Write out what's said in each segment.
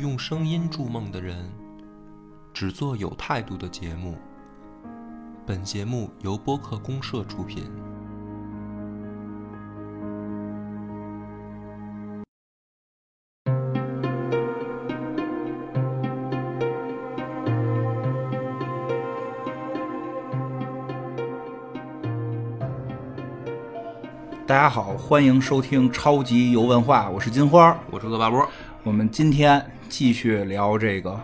用声音筑梦的人，只做有态度的节目。本节目由播客公社出品。大家好，欢迎收听超级游文化，我是金花。我是恶霸波。我们今天继续聊这个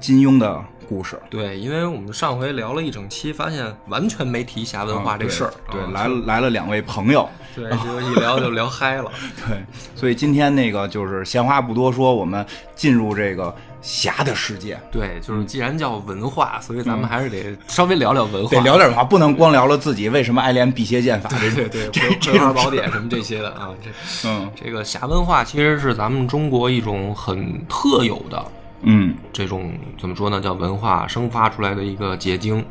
金庸的故事。对，因为我们上回聊了一整期，发现完全没提侠文化这对事儿。对，啊来了来了两位朋友，对，结果一聊就聊嗨了。对，所以今天那个就是闲话不多说，我们进入这个侠的世 界，对，就是既然叫文化，所以咱们还是嗯得稍微聊聊文化。得聊点话，不能光聊了自己为什么爱练辟邪剑法这种， 对对，这葵这葵花种宝典什么这些的啊，这嗯这个侠文化其实是咱们中国一种很特有的嗯这种怎么说呢，叫文化生发出来的一个结晶。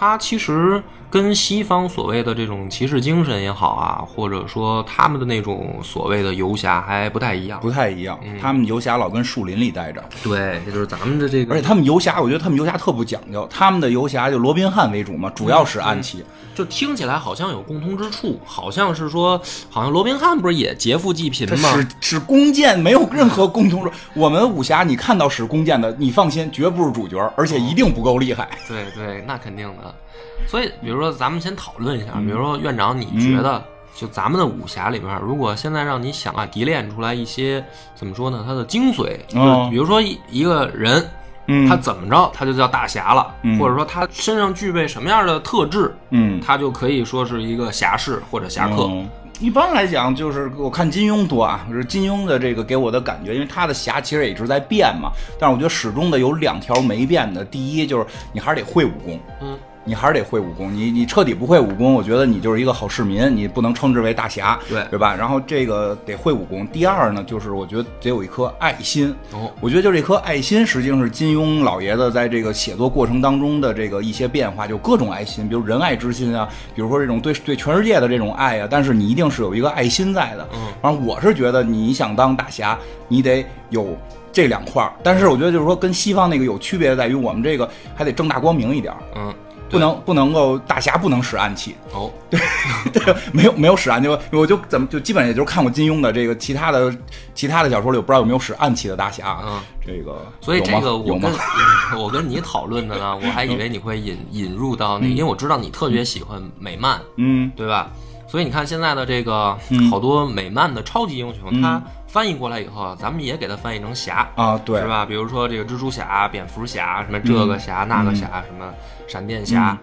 它其实跟西方所谓的这种骑士精神也好啊，或者说他们的那种所谓的游侠还不太一样。不太一嗯样。他们游侠老跟树林里待着，对，这就是咱们的这而且个，他们游侠，我觉得他们游侠特不讲究，他们的游侠就罗宾汉为主嘛，主要使暗器。就听起来好像有共通之处，好像是说，好像罗宾汉不是也劫富济贫他吗？使使弓箭没有任何共同。我们武侠，你看到使弓箭的，你放心，绝不是主角，而且一定不够厉害。对对，那肯定的。所以，比如说，咱们先讨论一下，嗯比如说院长，你觉得就咱们的武侠里面，如果现在让你想啊，提炼出来一些怎么说呢，它的精髓，就是哦比如说一一个人，嗯他怎么着，他就叫大侠了，嗯或者说他身上具备什么样的特质，嗯，他就可以说是一个侠士或者侠客。嗯一般来讲，就是我看金庸多啊，就是金庸的这个给我的感觉，因为他的侠其实也一直在变嘛，但是我觉得始终的有两条没变的，第一就是你还是得会武功，嗯，你还是得会武功，你你彻底不会武功，我觉得你就是一个好市民，你不能称之为大侠，对对吧？然后这个得会武功。第二呢，就是我觉得得有一颗爱心，哦，我觉得就这颗爱心，实际上是金庸老爷子在这个写作过程当中的这个一些变化，就各种爱心，比如仁爱之心啊，比如说这种对对全世界的这种爱啊，但是你一定是有一个爱心在的。嗯，反正我是觉得你想当大侠，你得有。这两块儿，但是我觉得就是说，跟西方那个有区别在于，我们这个还得正大光明一点儿，嗯，不能不能够大侠不能使暗器，哦，对， 没有没有使暗器，我就怎么就基本上也就是看过金庸的这个其他的其他的小说里，我不知道有没有使暗器的大侠啊。嗯。这个有吗，所以这个有我吗跟？我跟你讨论的呢，我还以为你会引引入到那，因为我知道你特别喜欢美漫，嗯，对吧？所以你看现在的这个好多美漫的超级英雄，他翻译过来以后啊，咱们也给他翻译成侠，啊，嗯对嗯是，吧？比如说这个蜘蛛侠、蝙蝠侠，什么这个侠、那个侠，什么闪电侠。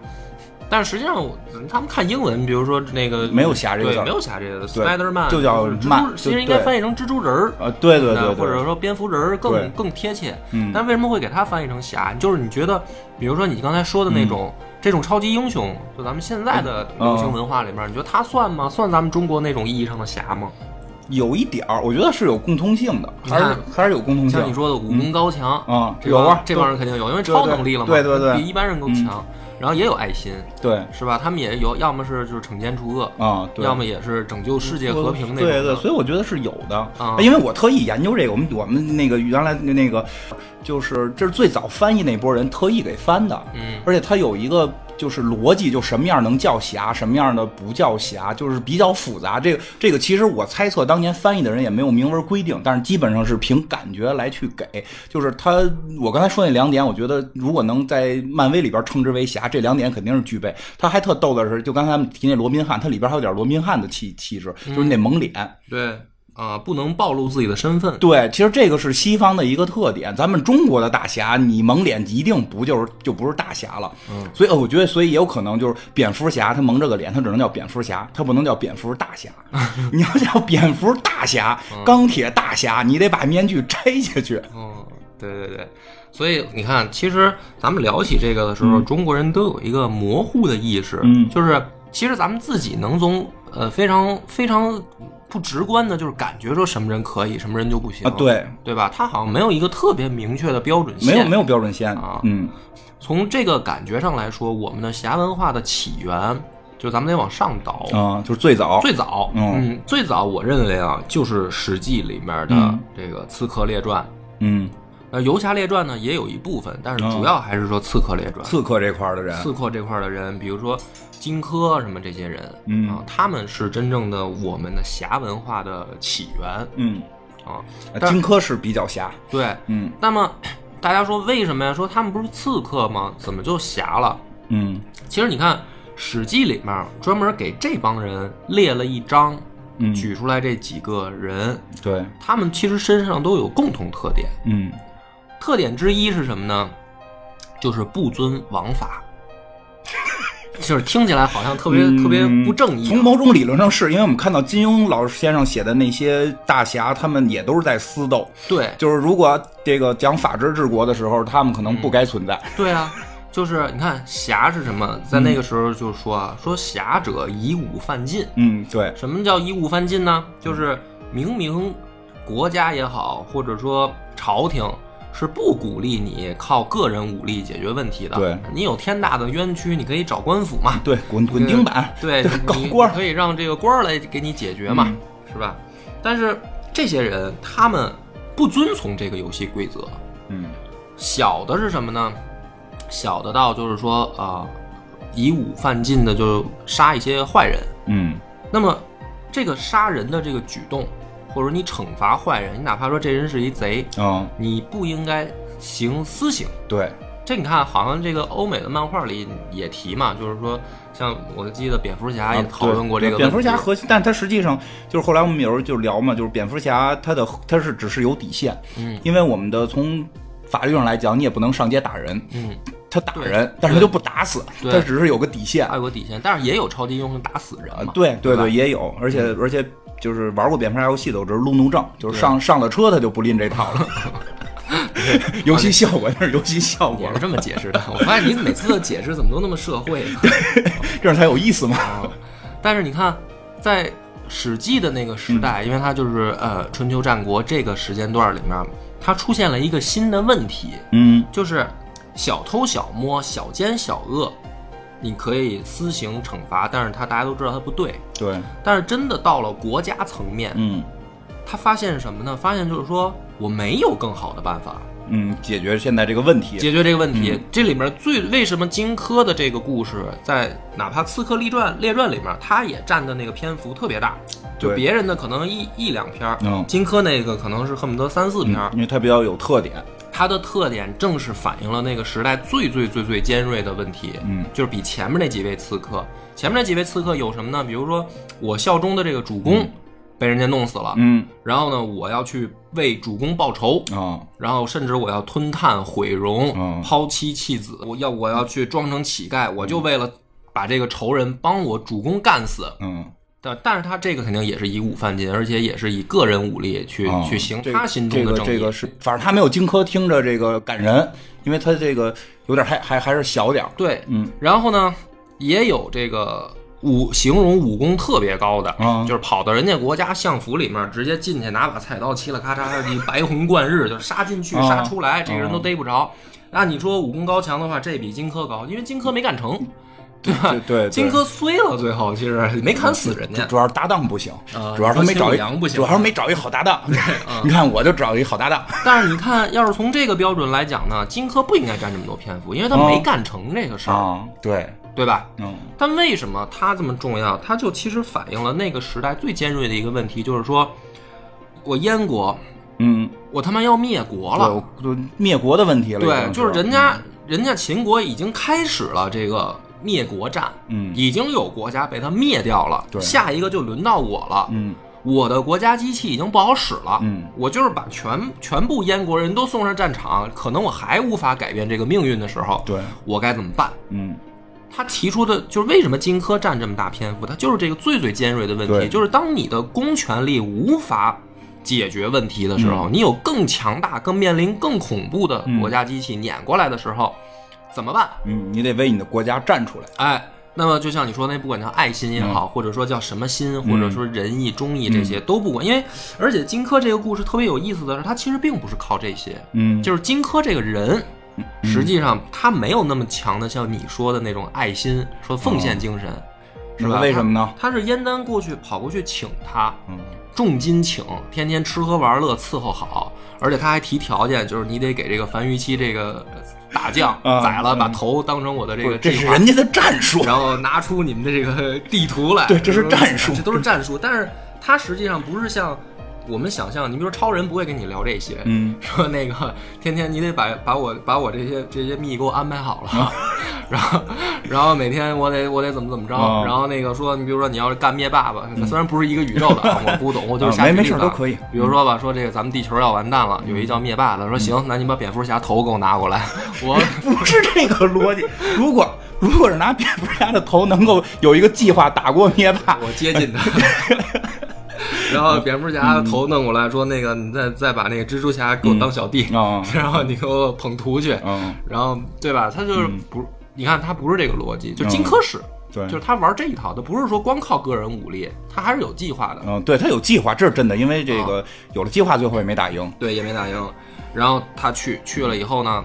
但实际上我，他们看英文，比如说那个没有侠这个对字儿没有侠这个对 Spider Man 就叫蜘蛛，漫其实就应该对翻译成蜘蛛人儿。啊，对对那对，对或者说蝙蝠人儿对更更贴切。嗯但为什么会给他翻译成侠？就是你觉得，比如说你刚才说的嗯那种、这种超级英雄，就咱们现在的流嗯行文化里面，你觉得他算吗？算咱们中国那种意义上的侠吗？有一点儿，我觉得是有共通性的，你还看是还是有共通性。像你说的武功高强，嗯这有帮啊这帮对人肯定有，因为对超能力了嘛，对对对嗯比一般人更强。然后也有爱心，对是吧？他们也有，要么是就是惩奸除恶，啊，对，要么也是拯救世界和平那种对的。对，所以我觉得是有的哎啊，因为我特意研究这个，我们我们那个原来那个就是这是最早翻译那波人特意给翻的，嗯，而且它有一个就是逻辑，就什么样能叫侠，什么样的不叫侠，就是比较复杂。这个这个其实我猜测当年翻译的人也没有明文规定，但是基本上是凭感觉来去给。就是他，我刚才说那两点，我觉得如果能在漫威里边称之为侠，这两点肯定是具备。他还特逗的是，就刚才咱们提那罗宾汉，他里边还有点罗宾汉的气气质，就是嗯你得蒙脸。对啊、不能暴露自己的身份。对，其实这个是西方的一个特点。咱们中国的大侠，你蒙脸一定不就是就不是大侠了。嗯，所以呃我觉得，所以也有可能就是蝙蝠侠，他蒙着个脸，他只能叫蝙蝠侠，他不能叫蝙蝠大 侠。你要叫蝙蝠大侠、嗯钢铁大侠，你得把面具摘下去。哦，对对对，所以你看，其实咱们聊起这个的时候，中国人都有一个模糊的意识，嗯就是其实咱们自己能从呃非常非常不直观的，就是感觉说什么人可以，什么人就不行啊对对吧？他好像没有一个特别明确的标准线，没有没有标准线啊嗯，从这个感觉上来说，我们的侠文化的起源，就咱们得往上倒。啊、就是最早哦最早，嗯嗯，最早我认为啊，就是《史记》里面的嗯这个《刺客列传》嗯那呃，《游侠列传》呢也有一部分，但是主要还是说《刺客列传》哦刺客这块儿的人，刺客这块儿的人，比如说荆轲啊什么这些人，嗯啊，他们是真正的我们的侠文化的起源嗯，啊。但荆轲是比较侠，对，嗯那么大家说为什么呀？说他们不是刺客吗？怎么就侠了？嗯其实你看《史记》里面专门给这帮人列了一章，嗯举出来这几个人，对，他们其实身上都有共同特点。嗯特点之一是什么呢？就是不遵王 法，就是听起来好像特别、特别不正嗯义啊、从某种理论上是因为我们看到金庸老师先生写的那些大侠，他们也都是在私斗，对就是如果这个讲法治治国的时候，他们可能不该存在。对啊，就是你看侠是什么，在那个时候就说啊，说侠者以武犯禁。嗯，对，什么叫以武犯禁呢？就是明明国家也好，或者说朝廷是不鼓励你靠个人武力解决问题的。对你有天大的冤屈，你可以找官府嘛。对，滚滚钉板，嗯对，对你搞你官儿可以让这个官儿来给你解决嘛，是吧？但是这些人他们不遵从这个游戏规则，嗯小的是什么呢？小的到就是说啊、以武犯禁的就杀一些坏人。嗯那么这个杀人的这个举动，或者说你惩罚坏人，你哪怕说这人是一贼，嗯，你不应该行私刑。对，这你看，好像这个欧美的漫画里也提嘛，就是说，像我记得蝙蝠侠也讨论过这个啊对蝙问题蝠侠核心，但他实际上就是后来我们有时候就聊嘛，就是蝙蝠侠他的他是只是有底线，嗯因为我们的从法律上来讲，你也不能上街打人，嗯，他打对人，但是他就不打死，对他只是有个底线。爱国底线，但是也有超级英雄打死人啊嘛，，对对吧嗯对，也有，而且而且就是玩过蝙蝠侠游戏的，我知道路怒症，就是上上了车他就不拎这套 了。游戏效果，那是游戏效果也是，这么解释的。我发现你每次的解释怎么都那么社会呢这样才有意思嘛。啊！但是你看，在《史记》的那个时代，因为它就是呃春秋战国这个时间段里面，它出现了一个新的问题，嗯就是小偷小摸、小奸小恶，你可以私刑惩罚，但是他大家都知道他不对。对，但是真的到了国家层面，嗯他发现什么呢？发现就是说我没有更好的办法嗯，解决现在这个问题。解决这个问题。嗯这里面最为什么荆轲的这个故事，在哪怕《刺客列传》列传里面，他也占的那个篇幅特别大，就对别人的可能一一两篇儿，嗯荆轲那个可能是恨不得三四篇儿。啊因为它比较有特点，啊它的特点正是反映了那个时代最最最最尖锐的问题，嗯，就是比前面那几位刺客，前面那几位刺客有什么呢？比如说我效忠的这个主公被人家弄死了，嗯然后呢，我要去为主公报仇，啊，然后甚至我要吞炭毁容，嗯抛妻弃子，我要我要去装成乞丐，我就为了把这个仇人帮我主公干死。嗯，但但是他这个肯定也是以武犯禁，而且也是以个人武力去、啊去行这他心中这的个正义。这个是，反正他没有荆轲听着这个感人，因为他这个有点还还还是小 点儿。对，嗯，然后呢，也有这个武形容武功特别高的，嗯就是跑到人家国家相府里面，直接进去拿把菜刀，嘁了咔嚓，一白虹贯日，就是杀进去嗯杀出来，这个人都逮不着。按你说武功高强的话，这比荆轲高，因为荆轲没干成，对吧？对对对荆轲虽了，最后其实没砍死人主家。主要是搭档不行啊，主要是他没找你说秦舞阳不一，行啊主要是没找一好搭档。 你看，我就找一好搭档。但是你看，要是从这个标准来讲呢，荆轲不应该占这么多篇幅，因为他嗯没干成这个事儿，啊，对，对吧？嗯但为什么它这么重要？它就其实反映了那个时代最尖锐的一个问题，就是说，我燕国，嗯，我他妈要灭国对了。我就灭国的问题了。已对，经就是人家人家秦国已经开始了这个灭国战，嗯已经有国家被他灭掉了，对下一个就轮到我了。嗯我的国家机器已经不好使了，嗯我就是把全全部燕国人都送上战场，可能我还无法改变这个命运的时候，对，我该怎么办？嗯他提出的就是为什么荆轲占这么大篇幅，他就是这个最最尖锐的问题，对就是当你的公权力无法解决问题的时候，你有更强大、更面临更恐怖的国家机器碾过来的时候，怎么办？嗯，你得为你的国家站出来。哎，那么就像你说那，不管叫爱心也好，或者说叫什么心，或者说仁义、忠义这些、都不管，因为而且荆轲这个故事特别有意思的是，他其实并不是靠这些，嗯就是荆轲这个人，实际上他没有那么强的像你说的那种爱心，说奉献精神，是吧？啊为什么呢？他是燕丹过去跑过去请他，嗯，重金请，天天吃喝玩乐伺候好，而且他还提条件，就是你得给这个樊于期这个呃打将啊宰了，嗯把头当成我的这不个是这计是划人家的战术， 然后拿出你们的这个地图来。对这是说战术这都是战术。但是它实际上不是像我们想象，你比如说超人不会跟你聊这些，嗯，说那个天天你得把把我把我这些这些密给我安排好啊了， 然后然后每天我得我得怎么怎么着，哦然后那个说你比如说你要是干灭霸吧，虽然不是一个宇宙的啊，我不懂，我就是嗯啊瞎没举没例事子都啊可以嗯比如说吧，说这个咱们地球要完蛋了，有一叫灭霸的说行，那你把蝙蝠侠头给我拿过来，我。不是这个逻辑。如果如果是拿蝙蝠侠的头能够有一个计划打过灭霸，我接近他。 然后蝙蝠嗯侠头弄过来说：“那个，你再再把那个蜘蛛侠给我当小弟， 啊然后你给我捧图去，嗯，然后对吧？他就是不，你看他不是这个逻辑，就嗯荆轲史，对就是他玩这一套，他不是说光靠个人武力，他还是有计划的。嗯，对他有计划，这是真的，因为这啊个有了计划，最后也没打赢。对，也没打赢。然后他去去了以后呢，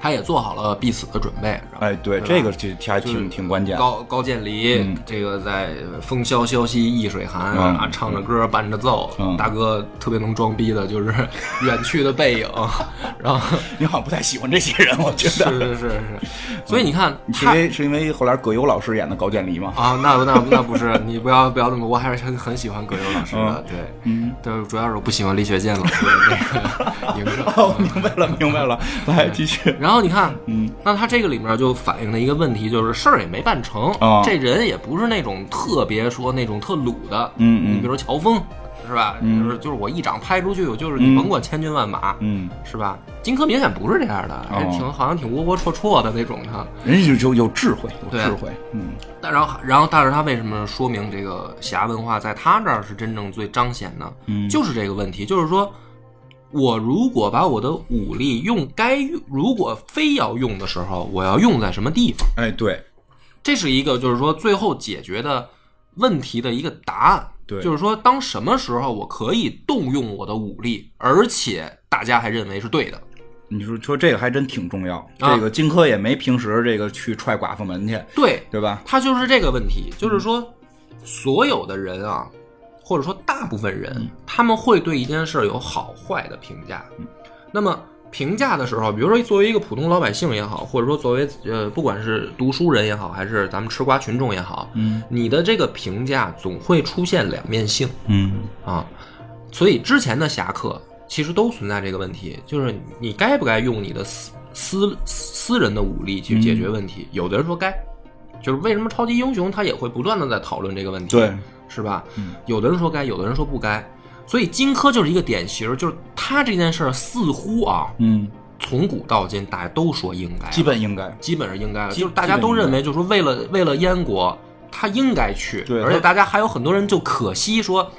他也做好了必死的准备。然后哎，对，啊吧这个其实还就是挺挺关键的。高高渐离、嗯这个在风萧萧兮易水寒、啊，唱着歌伴着奏，嗯大哥特别能装逼的，就是 远去的背影， 然后你好像不太喜欢这些人，我觉是得。是是是，所以你看嗯是因他。为是因为后来葛优老师演的高渐离嘛？ 啊，那那那不是你不要不要那么，我还是很很喜欢葛优老师的，对，嗯，对，主要是我不喜欢李雪健老 师的那个影射，哦，明白了，明白了。来，继续。然后你看，嗯，那他这个里面就反映了一个问题，就是事儿也没办成，啊这人也不是那种特别说那种特鲁的，嗯嗯你比如乔峰是吧？就是就是我一掌拍出去，我就是你甭管千军万马，嗯，是吧？荆轲明显不是这样的，哦还挺好像挺窝窝戳戳的那种他。人家就有有智慧，有对智慧。嗯但然后然后，但是他为什么说明这个侠文化在他这儿是真正最彰显呢？嗯就是这个问题，就是说。我如果把我的武力用该用，如果非要用的时候，我要用在什么地方？哎，对，这是一个就是说最后解决的问题的一个答案。对就是说当什么时候我可以动用我的武力，而且大家还认为是对的。你说说这个还真挺重要。啊这个荆轲也没平时这个去踹寡妇门去，对，对吧？它就是这个问题，就是说所有的人啊，或者说大部分人，他们会对一件事儿有好坏的评价。那么评价的时候，比如说作为一个普通老百姓也好，或者说作为呃，不管是读书人也好，还是咱们吃瓜群众也好，嗯你的这个评价总会出现两面性。嗯啊，所以之前的侠客其实都存在这个问题，就是你该不该用你的私私私人的武力去解决问题？有的人说该，就是为什么超级英雄他也会不断的在讨论这个问题，对，是吧？有的人说该，有的人说不该，所以荆轲就是一个典型，就是他这件事儿似乎啊，嗯，从古到今大家都说应该，基本应该。基本是应该的，基就是大家都认为，就是说为了为了燕国，他应该去，对而且他大家还有很多人就可惜说，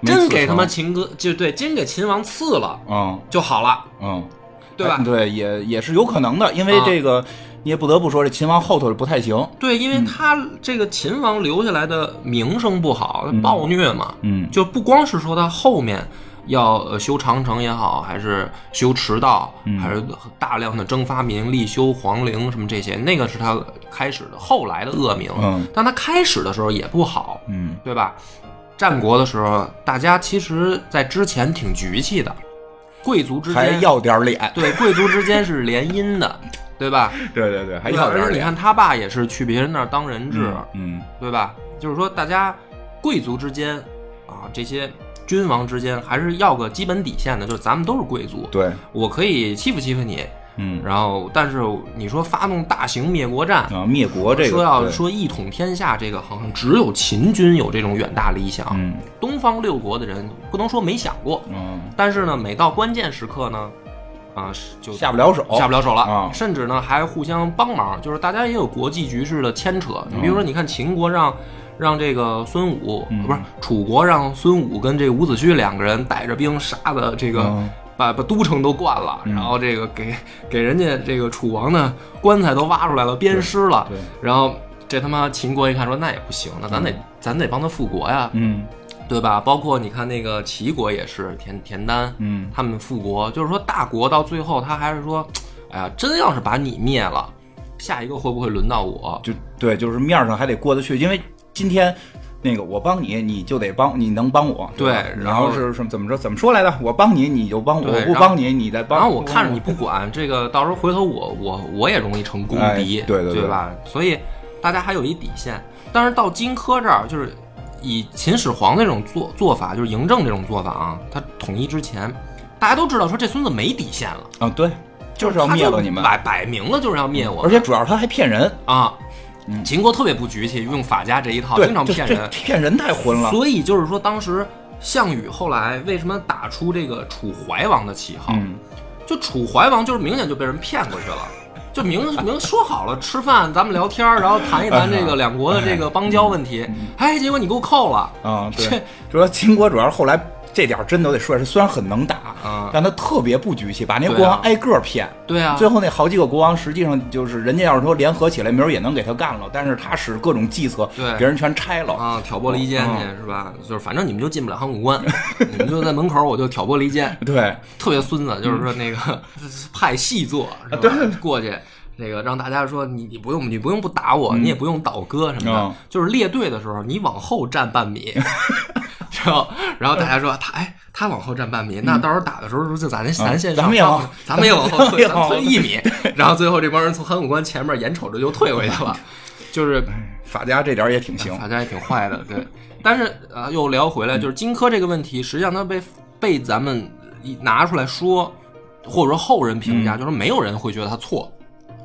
没真刺给他妈成秦哥就对，真给秦王赐了嗯就好了，嗯，对吧哎？对，也也是有可能的，因为啊这个你也不得不说，这秦王后头不太行。对，因为他这个秦王留下来的名声不好，他暴虐嘛，嗯就不光是说他后面要呃修长城也好，还是修驰道，嗯还是大量的征发民力、修皇陵什么这些，那个是他开始的，后来的恶名。嗯但他开始的时候也不好，嗯对吧？战国的时候，大家其实在之前挺局气的，贵族之还间要点脸。对贵族之间是联姻的，对吧？对对对，还对吧啊要而点且你脸。看他爸也是去别人那儿当人质，嗯对吧？就是说，大家贵族之间啊，这些君王之间还是要个基本底线的，就是咱们都是贵族，对，我可以欺负欺负你，嗯然后但是你说发动大型灭国战，啊，灭国这个说要对说一统天下，这个好像只有秦军有这种远大理想，嗯东方六国的人不能说没想过，嗯，但是呢，每到关键时刻呢，啊、是就下不了手，下不了手了，啊甚至呢还互相帮忙，就是大家也有国际局势的牵扯。你哦比如说，你看秦国让让这个孙武，嗯不是楚国让孙武跟这个伍子胥两个人带着兵杀的这个。嗯把把都城都灌了，然后这个给给人家这个楚王的棺材都挖出来了，鞭尸了对对。然后这他妈秦国一看说那也不行，那咱得、咱得帮他复国呀，嗯对吧？包括你看那个齐国也是田田丹，嗯他们复国，就是说大国到最后他还是说，哎呀，真要是把你灭了，下一个会不会轮到我？就对，就是面儿上还得过得去，因为今天。那个我帮你，你就得帮，你能帮我，对吧然然后后是什么怎么说怎么说来着？我帮你，你就帮我；对我不然后帮你，你再帮。然后我看着你。你不管这个，到时候回头我我我也容易成公敌，哎对对对对吧？所以大家还有一底线。但是到荆轲这儿，就是以秦始皇那种做做法，就是嬴政这种做法啊，他统一之前，大家都知道说这孙子没底线了，啊，对，就是要他灭就了你们，嗯摆摆明了就是要灭我而且主要是他还骗人，啊！秦国特别不局气，用法家这一套，对，啊经常这骗这人。骗人太混了。所以就是说，当时项羽后来为什么打出这个楚怀王的旗号？嗯，就楚怀王就是明显就被人骗过去了，就明明说好了吃饭咱们聊天儿，然后谈一谈这个两国的这个邦交问题，哎，结果你给我扣了，啊，这对，主要秦国主要是后来这点儿真的得说是，虽然很能打，嗯但他特别不局气，把那对啊国王挨个儿骗。对啊，啊最后那好几个国王，实际上就是人家要是说联合起来，没准也能给他干了，但是他使各种计策，对别人全拆了。啊挑拨离间去、嗯是吧？就是反正你们就进不了函谷 关，你们就在门口我就挑拨离间，对，特别孙子，就是说那个、 派细作是吧啊嗯对过去。那个让大家说你你不用你不用不打我，你也不用倒戈什么的，嗯就是列队的时候你往后站 半米，然后然后大家说他哎他往后站半米，那到时候打的时候就咱咱先嗯啊咱上们也往上咱们也往后咱们退，也咱们往后退一米，然后最后这帮人从函谷关前面眼瞅着就退回去了，就是法家这点儿也挺行。大家也挺坏的，对。但是呃，又聊回来，就是荆轲这个问题，实际上他被被咱们一拿出来说，或者说后人评价，就是没有人会觉得他嗯错。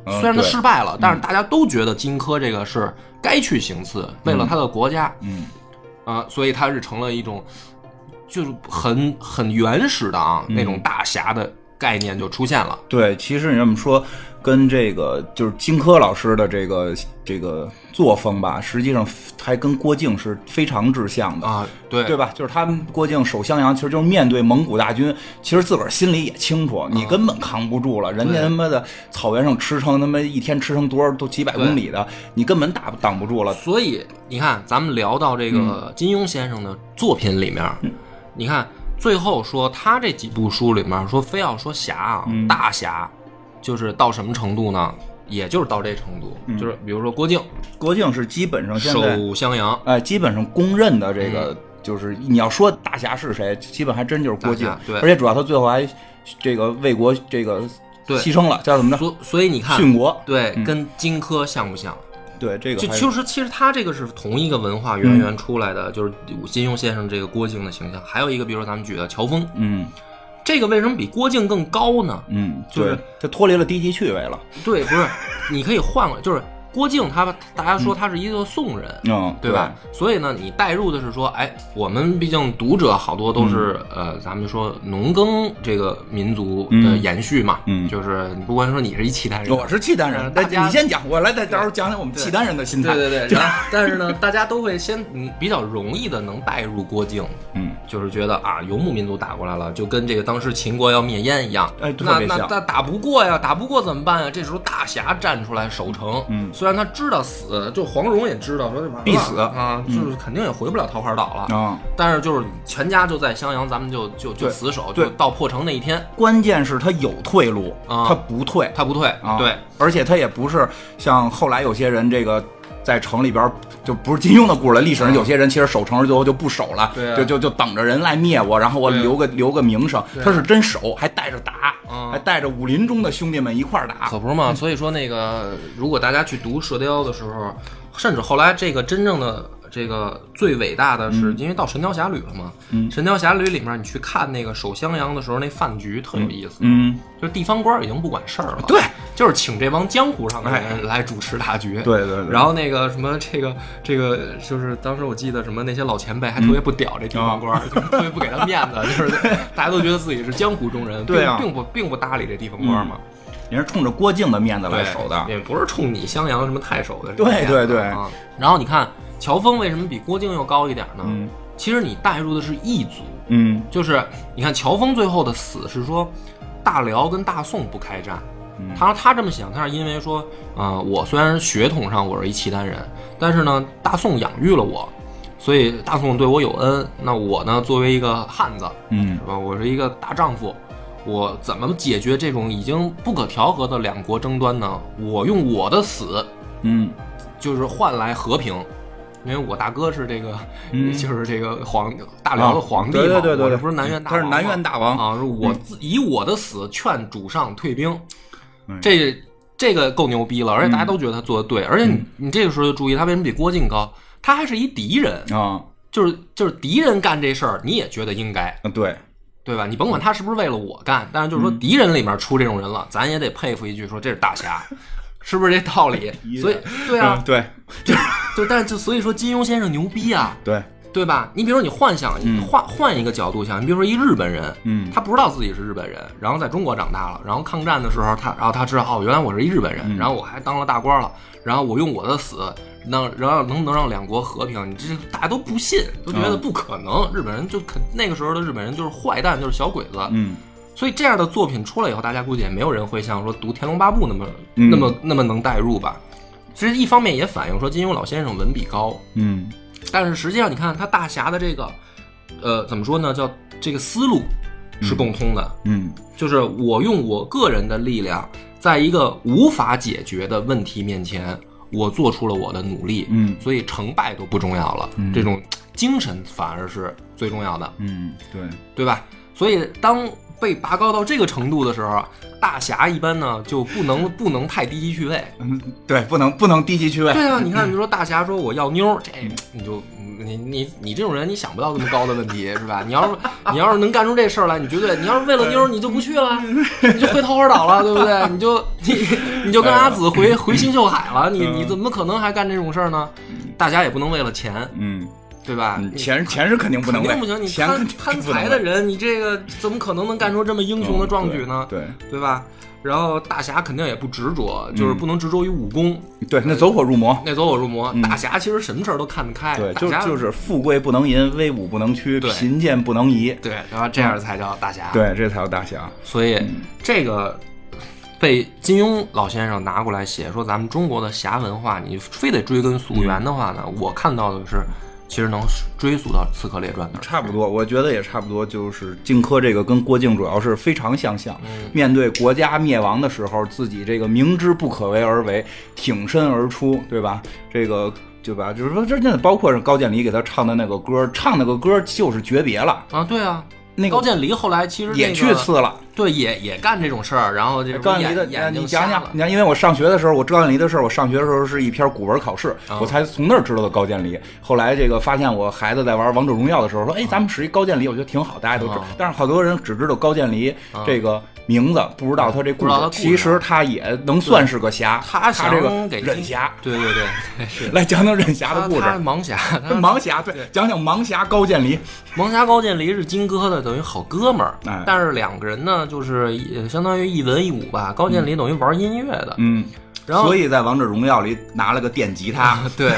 虽然他对失败了，但是大家都觉得荆轲这个是该去行刺，为了他的国家，嗯，啊，所以他是成了一种就是很很原始的啊嗯那种大侠的概念就出现了。对，其实你这么说，跟这个就是荆轲老师的这个这个作风吧，实际上还跟郭靖是非常志向的。啊，对对吧？就是他们郭靖守襄阳，其实就是面对蒙古大军，其实自个儿心里也清楚，你根本扛不住了。人家嗯对他妈的草原上驰骋，他妈一天驰骋多少都几百公里的，你根本打挡不住了。所以你看，咱们聊到这嗯个金庸先生的作品里面，你看最后说他这几部书里面说非要说侠啊，嗯大侠，就是到什么程度呢？也就是到这程度，就是比如说郭靖郭靖是基本上嗯现在守嗯襄阳，哎，基本上公认的这个、就是你要说大侠是谁，基本还真就是郭靖大侠。对而且主要他最后还这个为国这个对牺牲了，叫什么呢？所所以你看，殉国。对，跟荆轲像不像？对，嗯这个就还嗯就是其实他这个是同一个文化渊源出来的，就是金庸先生这个郭靖的形象，还有一个比如说咱们举的乔峰，嗯这个为什么比郭靖更高呢？嗯，就是对他脱离了低级趣味了。对，不是，你可以换过来，就是郭靖他，大家说他是一个宋人，嗯，对吧？？所以呢，你带入的是说，哎，我们毕竟读者好多都是、呃，咱们说农耕这个民族的延续嘛，嗯嗯嗯就是你不管说你是一契丹人，我是契丹人，哎嗯大那家你先讲，我来再到时候讲讲我们契丹人的心态。对 对对，然后但是呢，大家都会先嗯比较容易的能带入郭靖，嗯，就是觉得啊，游牧民族打过来了，就跟这个当时秦国要灭燕一样，哎那特别那像那打不过呀，打不过怎么办呀？这时候大侠站出来守城，嗯虽然他知道死，就黄蓉也知道说这完了必死嗯啊，就是肯定也回不了桃花岛了，啊，但是就是全家就在襄阳，咱们就就就对死守，对就到破城那一天，关键是他有退路，啊他不退。他不退，啊，对，，而且他也不是像后来有些人这个。在城里边儿就不是金庸的故事了，历史上有些人其实守城最后就不守了，嗯对啊就就就等着人来灭我，然后我对啊留个留个名声。对啊他是真守，还带着打，嗯还带着武林中的兄弟们一块儿打可。不是嘛。所以说那个，如果大家去读《射雕》的时候，甚至后来这个真正的这个最伟大的嗯是，因为到《神雕侠侣》了嘛，神雕侠侣》里面你去看那个守襄阳的时候，那饭局特有意思，嗯，就是地方官儿已经不管事儿了， 对，哎就是请这帮江湖上的人来主持大局，对对对然后那个什么，这个这个，就是当时我记得什么那些老前辈还特别嗯不屌这地方官儿，就是特别不给他面子，就是大家都觉得自己是江湖中人，对啊并并不并不搭理这地方官儿嘛，也是冲着郭靖的面子来对守的。也不是冲你襄阳什么太守的，对对对啊。然后你看乔峰为什么比郭靖要高一点呢？嗯其实你带入的是异族，嗯就是你看乔峰最后的死是说大辽跟大宋不开战。嗯他他这么想，他是因为说，啊、我虽然血统上我是一契丹人，但是呢，大宋养育了我，所以大宋对我有恩。那我呢，作为一个汉子，嗯是吧？我是一个大丈夫，我怎么解决这种已经不可调和的两国争端呢？我用我的死，嗯，就是换来和平，因为我大哥是这个， 就是这个皇大辽的皇帝嗯嘛，啊对对对对我这不是南院大他王是嘛，南院大王啊，是我自以我的死劝主上退兵嗯，这这个够牛逼了，而且大家都觉得他做的对，而且嗯你你这个时候就注意他为什么比郭靖高，他还是一敌人，啊，就是就是敌人干这事儿，你也觉得应该，嗯对，对吧？你甭管他是不是为了我干，但是就是说敌人里面出这种人了，咱也得佩服一句，说这是大侠，是不是这道理？人所以对啊嗯，对就是就但是就所以说金庸先生牛逼啊，对，对吧？你比如说你幻想，你换换一个角度想，你比如说一日本人，嗯他不知道自己是日本人，然后在中国长大了，然后抗战的时候他，然后他知道哦，原来我是一日本人，然后我还当了大官了，然后我用我的死能，然后能能让两国和平，你这大家都不信，都觉得不可能，日本人就肯那个时候的日本人就是坏蛋，就是小鬼子，嗯所以这样的作品出来以后，大家估计也没有人会像说读《天龙八部》那么、嗯那么那么能代入吧。其实一方面也反映说金庸老先生文笔高，嗯但是实际上，你看他大侠的这个，呃，怎么说呢？叫这个思路是共通的，嗯就是我用我个人的力量，在一个无法解决的问题面前，我做出了我的努力，嗯所以成败都不重要了，这种精神反而是最重要的，嗯，对，对吧？所以当被拔高到这个程度的时候，啊大侠一般呢就不能不能太低级趣味，嗯对，不能不能低级趣味，对啊，你看，你说大侠说我要妞儿，这你就你你你这种人，你想不到这么高的问题是吧？你要是你要是能干出这事儿来，你绝对，你要是为了妞儿，你就不去了，你就回桃花岛了，对不对？你就你你就跟阿紫回回星宿海了，你你怎么可能还干这种事儿呢？大侠也不能为了钱，嗯，对吧？嗯你钱钱是肯定不能肯为定不行，你钱贪肯定贪不能财的为人，你这个怎么可能能干出这么英雄的壮举呢嗯？对对吧？然后大侠肯定也不执着，嗯就是不能执着于武功，对，对那走火入魔。那走火入魔，大侠其实什么事儿都看得开，嗯对，哎大就侠就是富贵不能淫，威武不能屈，对贫贱不能移。对，然后这样才叫大侠。，嗯对，嗯这才叫大侠。所以这个被金庸老先生拿过来写，说咱们中国的侠文化，你非得追根嗯溯源的话呢，我看到的是，其实能追溯到《刺客列传》那儿。差不多，我觉得也差不多。就是荆轲这个跟郭靖主要是非常相像。面对国家灭亡的时候，自己这个明知不可为而为，挺身而出，对吧？这个对吧？就是说，这那包括是高渐离给他唱的那个歌，唱那个歌就是诀别了，啊，对啊，那个高渐离后来其实、那个、也去刺了。对，也也干这种事儿，然后这高渐离眼的，眼睛你讲瞎讲了，你看，因为我上学的时候，我知道高渐离的事儿。我上学的时候是一篇古文考试，啊我才从那儿知道的高渐离。后来这个发现我孩子在玩王者荣耀的时候，说：“哎，咱们使一高渐离，我觉得挺好，大家都知道啊。”但是好多人只知道高渐离这个名字，不知道他这啊不故知事道他。故事其实他也能算是个侠，他他这个想给忍侠，，对对 对对，是来讲讲忍侠他的故事。他盲侠，他盲侠，对，讲讲盲侠高渐离。盲侠高渐离是金哥的，等于好哥们儿哎，但是两个人呢，就是也相当于一文一武吧。高渐离等于玩音乐的，嗯，然后所以在王者荣耀里拿了个电吉 他。对，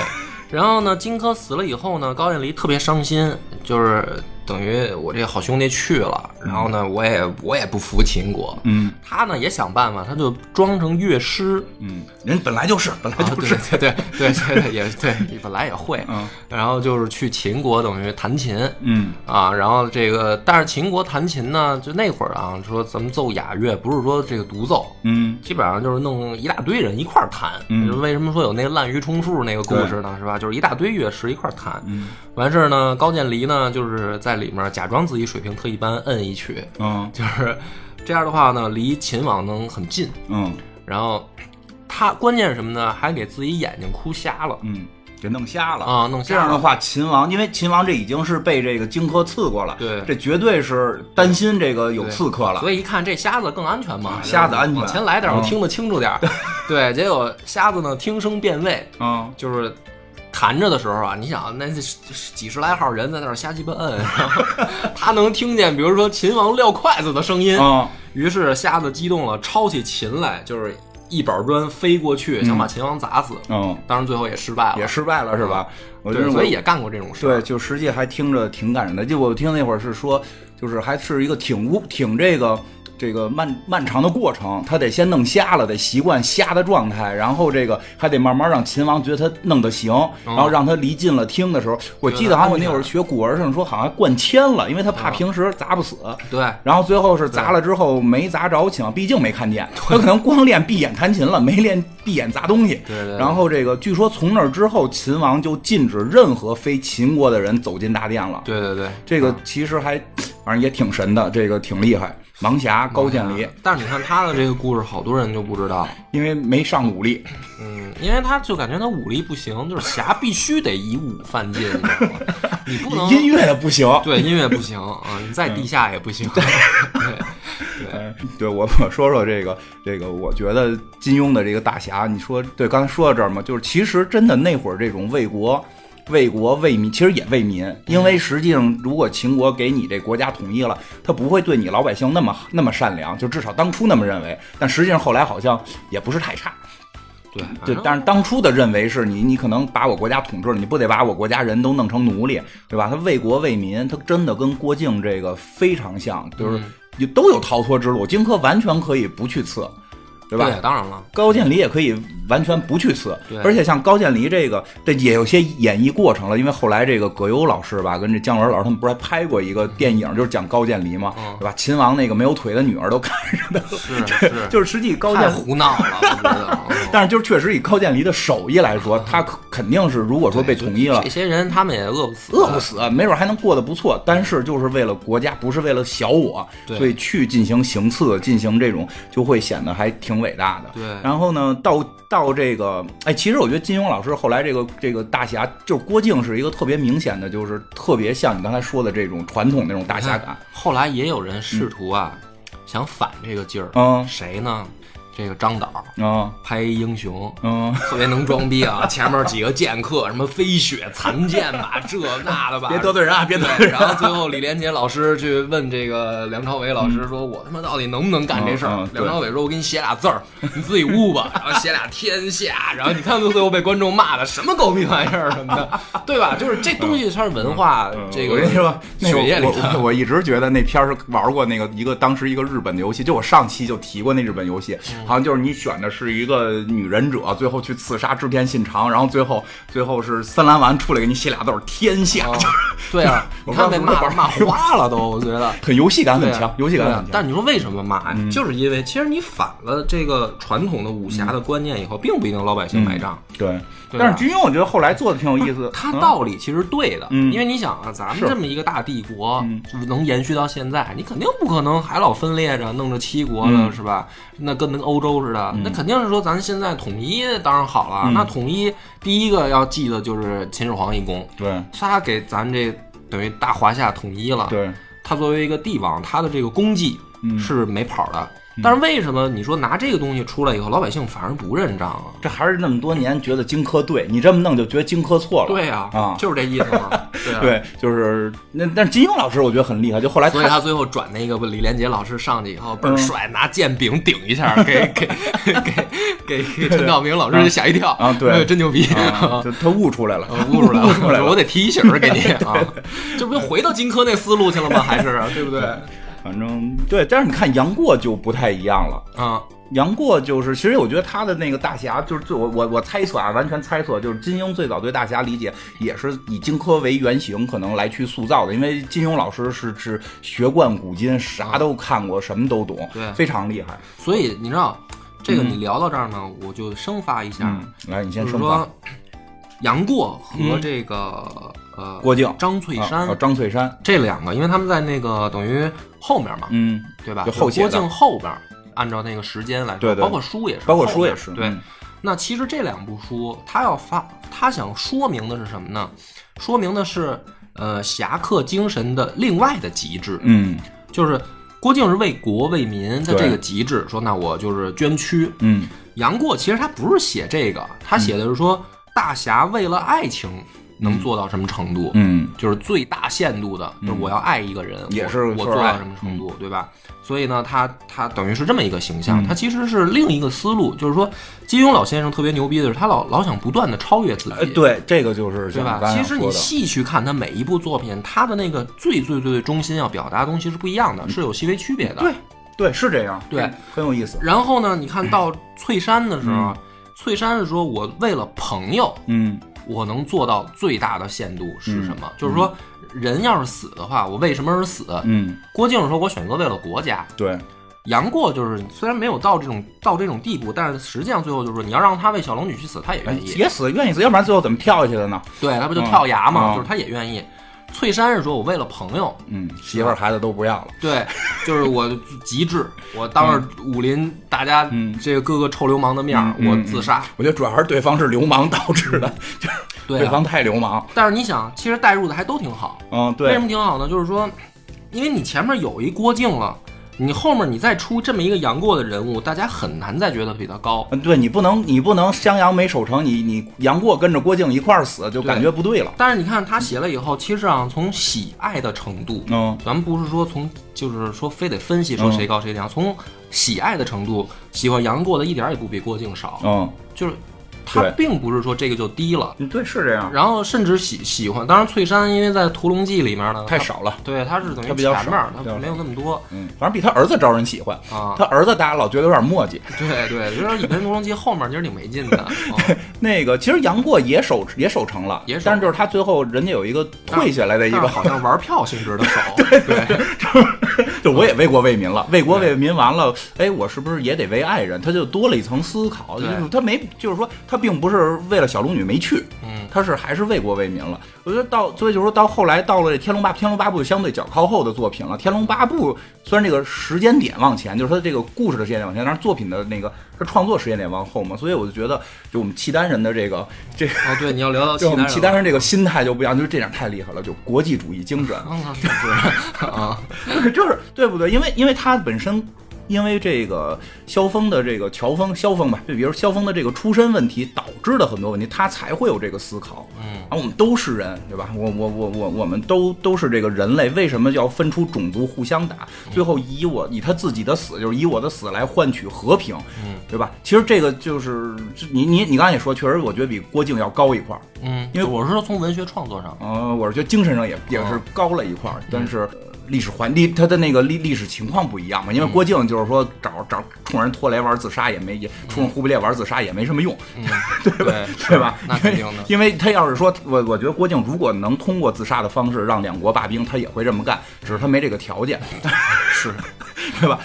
然后呢，荆轲死了以后呢，高渐离特别伤心，就是等于我这好兄弟去了，然后呢，我也我也不服秦国，嗯他呢也想办法，他就装成乐师，嗯，人本来就是，本来啊，就对是。 对对对对对，也对，本来也会， 嗯然后就是去秦国等于弹琴，嗯啊，然后这个，但是秦国弹琴呢，就那会儿啊，说咱们奏雅乐，不是说这个独奏，嗯。基本上就是弄一大堆人一块儿弹。嗯就是为什么说有那个滥竽充数那个故事呢？是吧？就是一大堆乐师一块儿弹。完事儿呢，高渐离呢，就是在里面假装自己水平特一般，摁一曲，嗯就是这样的话呢，离秦王能很近。嗯然后他关键是什么呢？还给自己眼睛哭瞎了嗯，给弄瞎了。啊，弄这瞎样的了。话，秦王因为秦王这已经是被这个荆轲刺过了，对这绝对是担心这个有对刺客了。啊所以一看这瞎子更安全嘛，瞎子安全往前来点嗯儿，我听得清楚点儿。 对，结果瞎子呢听声辨位，嗯，就是弹着的时候啊，你想那这几十来号人在那儿瞎鸡巴摁， 然后他能听见，比如说秦王撂筷子的声音，嗯，于是瞎子激动了，抄起琴来就是一板砖飞过去，想把秦王砸死，嗯，当然最后也失败了，也失败了是吧？我觉对，得所我以也干过这种事儿。对，就实际还听着挺感人的。就我听那会儿是说，就是还是一个挺污挺这个。这个漫漫长的过程，他得先弄瞎了，得习惯瞎的状态，然后这个还得慢慢让秦王觉得他弄得行，然后让他离近了听的时候，我记得好像我那会儿学古文上说好像还灌铅了，因为他怕平时砸不死。对，然后最后是砸了之后没砸着秦王，毕竟没看见，他可能光练闭眼弹琴了，没练闭眼砸东西。对对对然后这个据说从那之后，秦王就禁止任何非秦国的人走进大殿了。对啊对对，这个其实还，反正也挺神的，这个挺厉害。盲侠高渐离，但是你看他的这个故事，好多人就不知道，因为没上武力，嗯，因为他就感觉他武力不行，就是侠必须得以武犯戒，你知道吗？你不能音乐的不行。对音乐不行啊，你在地下也不行，对嗯 对我我说说这个这个，我觉得金庸的这个大侠，你说对，刚才说到这儿嘛，就是其实真的那会儿这种为国。为国为民，其实也为民，因为实际上，如果秦国给你这国家统一了，他不会对你老百姓那么那么善良，就至少当初那么认为。但实际上后来好像也不是太差， 对，反就正但是当初的认为是你，你可能把我国家统治了，你不得把我国家人都弄成奴隶，对吧？他为国为民，他真的跟郭靖这个非常像，就是也都有逃脱之路。荆轲完全可以不去刺，对吧？对，当然了，高渐离也可以完全不去刺对，而且像高渐离这个，这也有些演绎过程了，因为后来这个葛优老师吧，跟这姜文老师他们不是还拍过一个电影，就是讲高渐离嘛，嗯对吧？秦王那个没有腿的女儿都看着他，是 是，就是实际高太渐胡闹了，我觉得。 嗯但是就是确实以高渐离的手艺来说，他可肯定是如果说被统一了这，些人他们也饿不死，啊饿不死，没准还能过得不错。但是就是为了国家，不是为了小我，对所以去进行行刺，进行这种就会显得还挺伟大的。对然后呢，到到这个，哎，其实我觉得金庸老师后来这个这个大侠，就是郭靖是一个特别明显的，就是特别像你刚才说的这种传统那种大侠感。哎后来也有人试图啊，想反这个劲儿。嗯谁呢？这个张导嗯拍一英雄，嗯，特别能装逼啊！前面几个剑客，什么飞雪残剑吧，这那的吧， 别得罪人啊，别得 罪对。人然啊。后最后李连杰老师去问这个梁朝伟老师说：“我他妈到底能不能干这事嗯儿嗯？”对梁朝伟说：“我给你写俩字儿，你自己悟吧。”然后写俩天下，然后你看最后被观众骂的什么狗屁玩意儿什么的，对吧？就是这东西它是文化，这嗯个呃我跟你说，那个血液里我的我。我一直觉得那片儿是玩过那个一个当时一个日本的游戏，就我上期就提过那日本游戏，嗯好像就是你选的是一个女忍者，最后去刺杀织田信长，然后最后最后是三蓝丸出来给你写俩字儿“天下”，啊就是 对啊，我你看被不知道骂是骂花了都，我觉得。很游戏感对很啊强，游戏感对啊很强。嗯但你说为什么骂呀？就是因为其实你反了这个传统的武侠的观念以后，并不一定老百姓买账。对，对嗯但啊是金庸我觉得后来做的挺有意思，他嗯道理其实对的，嗯因为你想啊，咱们是嗯这么一个大帝国，就是能延续到现在，你肯定不可能还老分裂着，弄着七国了，嗯是吧？那跟那个欧洲似的，那肯定是说咱现在统一当然好嗯了，那统一第一个要记得就是秦始皇一公，对他给咱这等于大华夏统一了，对，他作为一个帝王，他的这个功绩嗯是没跑的。但是为什么你说拿这个东西出来以后，老百姓反而不认账啊？这还是那么多年觉得荆轲对你这么弄就觉得荆轲错了。对呀、啊就是这意思嘛。 对啊对，就是那但是金庸老师我觉得很厉害，就后来 所以啊他最后转那个李连杰老师上去以后倍嗯儿帅，拿剑柄顶一下， 给给给给陈道明老师吓一跳啊对哎呦真牛逼！ 啊就他悟出来了，呃悟出来了，悟出来了 我得提一醒儿给你 啊！这不又回到荆轲那思路去了吗？还是对不对？反正对，但是你看杨过就不太一样了。啊，杨过就是，其实我觉得他的那个大侠，就是最我我我猜测啊，完全猜测，就是金庸最早对大侠理解也是以荆轲为原型，可能来去塑造的。因为金庸老师是是学贯古今，啥都看过，什么都懂，对非常厉害。所以你知道这个你聊到这儿呢，我就生发一下，嗯，来，你先就是说吧。说杨过和这个呃郭靖张翠嗯啊啊山张翠山，这两个，因为他们在那个等于后面嘛，嗯，对吧？就后写郭的靖后边儿，按照那个时间来说，对对包括书也是，包括书也是后边儿对嗯，那其实这两部书，他要发，他想说明的是什么呢？说明的是，呃，侠客精神的另外的极致，嗯就是郭靖是为国为民的对这个极致，说那我就是捐躯。嗯，杨过其实他不是写这个，他写的是说、大侠为了爱情能做到什么程度，嗯，就是最大限度的，就是我要爱一个人，也我是我说做爱嗯到什么程度，对吧？所以呢，他他等于是这么一个形嗯象，他其实是另一个思路，就是说金庸老先生特别牛逼的是，他老老想不断的超越自呃，己。对，这个就是对像吧刚？才其实你说的细去看他每一部作品，他的那个最最最最中心要表达的东西是不一样的，是有细微区别的。嗯对，对，是这样，对，很有意思。然后呢，你看到翠山的时候， 翠山是说我为了朋友，嗯我能做到最大的限度是什么？就是说，人要是死的话，我为什么而死？嗯，郭靖说，我选择为了国家。对，杨过就是虽然没有到这种到这种地步，但是实际上最后就是说，你要让他为小龙女去死，他也哎愿意。也死愿意死，要不然最后怎么跳下去的呢？对他不就跳崖嘛，嗯嗯就是他也愿意。翠山是说，我为了朋友，嗯，媳妇儿孩子都不要了。对， 就是我极致，我当着武林大家嗯这个各个臭流氓的面儿，嗯嗯我自杀。我觉得主要还是对方是流氓导致的，就是对对啊，方太流氓。但是你想，其实代入的还都挺好。嗯，为什对，么挺好呢？就是说，因为你前面有一郭靖了，你后面你再出这么一个杨过的人物，大家很难再觉得比他高。嗯，对你不能，你不能襄阳没守成，你你杨过跟着郭靖一块儿死，就对感觉不对了。但是你看他写了以后，其实啊，从喜爱的程度，嗯咱们不是说从，就是说非得分析说谁高谁低啊，从喜爱的程度，喜欢杨过的一点儿也不比郭靖少，嗯，就是他对并不是说这个就低了。嗯对，是这样，然后甚至喜喜欢，当然翠山因为在《屠龙记》里面呢，太他少了。对，他是等于他比较前面儿少他比较少没有那么多嗯，反正比他儿子招人喜欢。啊。他儿子大家老觉得有点墨迹。对对，就是《倚天屠龙记》后面其实挺没劲的，啊那个其实杨过也守也守成了，也守但是就是他最后人家有一个退下来的一但是个，好像玩票性质的少。对对就我也为国为民了，为国为民完了，哎，我是不是也得为爱人？他就多了一层思考，就对是他没，就是说他并不是为了小龙女没去，嗯，他是还是为国为民了。我觉得到，所以就是说到后来到了这《天龙八》，《天龙八部》相对较靠后的作品了，《天龙八部》虽然这个时间点往前，就是它这个故事的时间点往前，但是作品的那个它创作时间点往后嘛，所以我就觉得，就我们契丹人的这个这个。哦对，你要聊到就我们契其丹他人人这个心态就不一样，就是这点太厉害了，就国际主义精神。了，嗯，是是啊， 就是对不对？因为因为他本身。因为这个萧峰的这个乔峰萧峰吧，就比如萧峰的这个出身问题导致的很多问题，他才会有这个思考。嗯，啊，我们都是人，对吧？我我我我我们都都是这个人类，为什么要分出种族互相打？最后以我以他自己的死，就是以我的死来换取和平，嗯，对吧？其实这个就是这你你你刚才也说，确实我觉得比郭靖要高一块儿。嗯，因为我是说从文学创作上，呃，我是觉得精神上也也是哦高了一块儿，嗯但是。呃历史环历他的那个历历史情况不一样嘛，因嗯为郭靖就是说找找冲人拖雷玩自杀也没也冲人忽必烈玩自杀也没什么用，嗯，对 对吧？那肯定 的，因为他要是说我我觉得郭靖如果能通过自杀的方式让两国罢兵，他也会这么干，只是他没这个条件，是 对吧？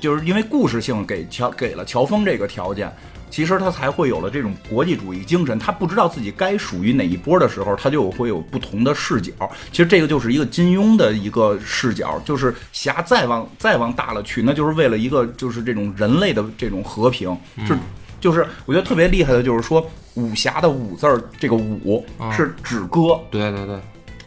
就是因为故事性给乔给了乔峰这个条件，其实他才会有了这种国际主义精神。他不知道自己该属于哪一波的时候，他就会有不同的视角。其实这个就是一个金庸的一个视角，就是侠再往再往大了去，那就是为了一个就是这种人类的这种和平，是就是我觉得特别厉害的，就是说武侠的武字儿，这个武嗯是指戈，对对对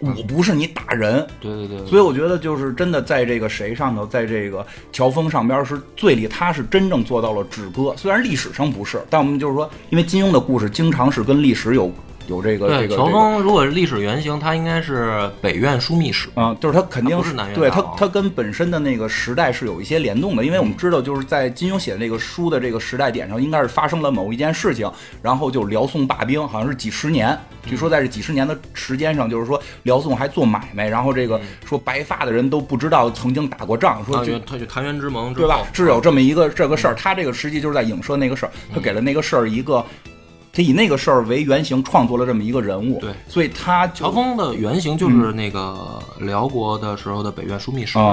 武不是你打人，对对对，所以我觉得就是真的在这个谁上头，在这个乔峰上边是最厉，他是真正做到了止戈。虽然历史上不是，但我们就是说，因为金庸的故事经常是跟历史有有这个这对个乔这个峰如果是历史原型，他应该是北院枢密使，啊、就是他肯定他不是南越对大他王，他跟本身的那个时代是有一些联动的，因为我们知道，就是在金庸写的这个书的这个时代点上，应该是发生了某一件事情，然后就辽宋罢兵，好像是几十年，据说在这几十年的时间上，就是说辽宋还做买卖，然后这个说白发的人都不知道曾经打过仗，说嗯啊，就原他就澶渊之盟之对吧后？是有这么一个这个事儿，他这个实际就是在影射那个事儿，嗯他给了那个事儿一个，他以那个事儿为原型创作了这么一个人物，对所以他就乔峰的原型就是那个辽国的时候的北院枢密使嗯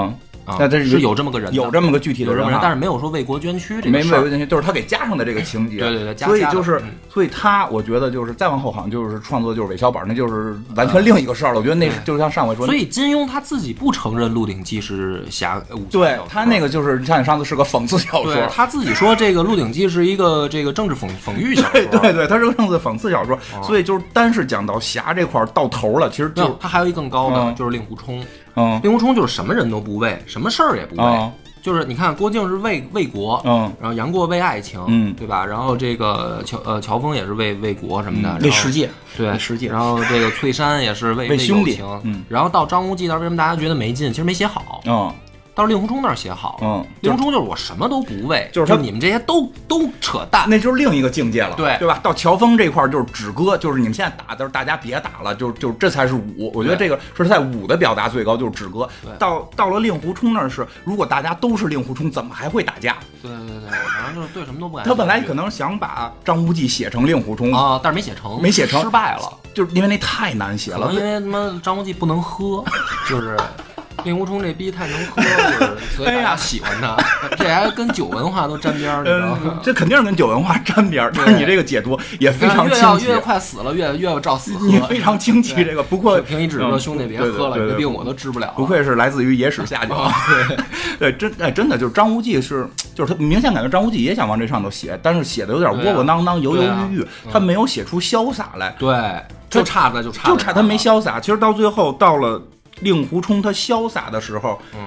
啊，啊那他是是有这么个人的，有这么个具体的有这么人个人啊，，但是没有说为国捐躯这没个事没儿有。进去，就是他给加上的这个情节，对对对加所以加的就是嗯，所以他我觉得就是再往后好像就是创作就是韦小宝，那就是完全另一个事儿了，我觉得那是嗯对就像上回说所。以金庸他自己不承认《鹿鼎记》是侠武侠对小说他那个就是像你上次是个讽刺小说对，他自己说这个《鹿鼎记》是一个这个政治讽讽喻小说。对对对，他是个上次讽刺小说，所以就是单是讲到侠这块儿到头了，其实哦没就有，他还有一更高的，嗯就是令狐冲。嗯令狐冲就是什么人都不为，什么事儿也不为。嗯就是你看，郭靖是为为国，嗯，然后杨过为爱情，嗯对吧？然后这个乔呃乔峰也是为为国什么的，然后嗯为世界，对为世界然后这个翠山也是为为兄弟友情嗯然后到张无忌那儿，为什么大家觉得没劲？其实没写好。嗯，倒是令狐冲那儿写好了。嗯令狐冲就是我什么都不为，就是就他你们这些都都扯淡。那就是另一个境界了，对对吧？到乔峰这块儿就是止戈，就是你们现在打，就是大家别打了，就就这才是武。我觉得对这个是在武的表达最高，就是止戈对。到到了令狐冲那儿是，如果大家都是令狐冲，怎么还会打架？对对对，我反正就是哎对什么都不感兴他趣。本来可能想把张无忌写成令狐冲，啊，但是没写成，没写成失败了。就是因为那太难写可了嗯能。因为他妈张无忌不能喝，就是令狐冲这逼太能喝，就是所以大哎家呀喜欢他。这还跟酒文化都沾边儿，你知道嗯吗，？这肯定是跟酒文化沾边儿，但是你这个解读也非常越清要晰越，快死了，越越要照死喝。你非常清晰对这个。不过平一指说：“嗯兄弟，别对对喝了，对你的对病我都治不了了。”不愧是来自于野史下酒，哦 对，真哎真的就是张无忌是，就是他明显感觉张无忌也想往这上头写，但是写的有点窝窝囊囊、犹犹对啊豫豫，他没有写出潇洒来，对，就差的就差啊就就差他没。潇洒。其实到最后到了令狐冲他潇洒的时候，嗯，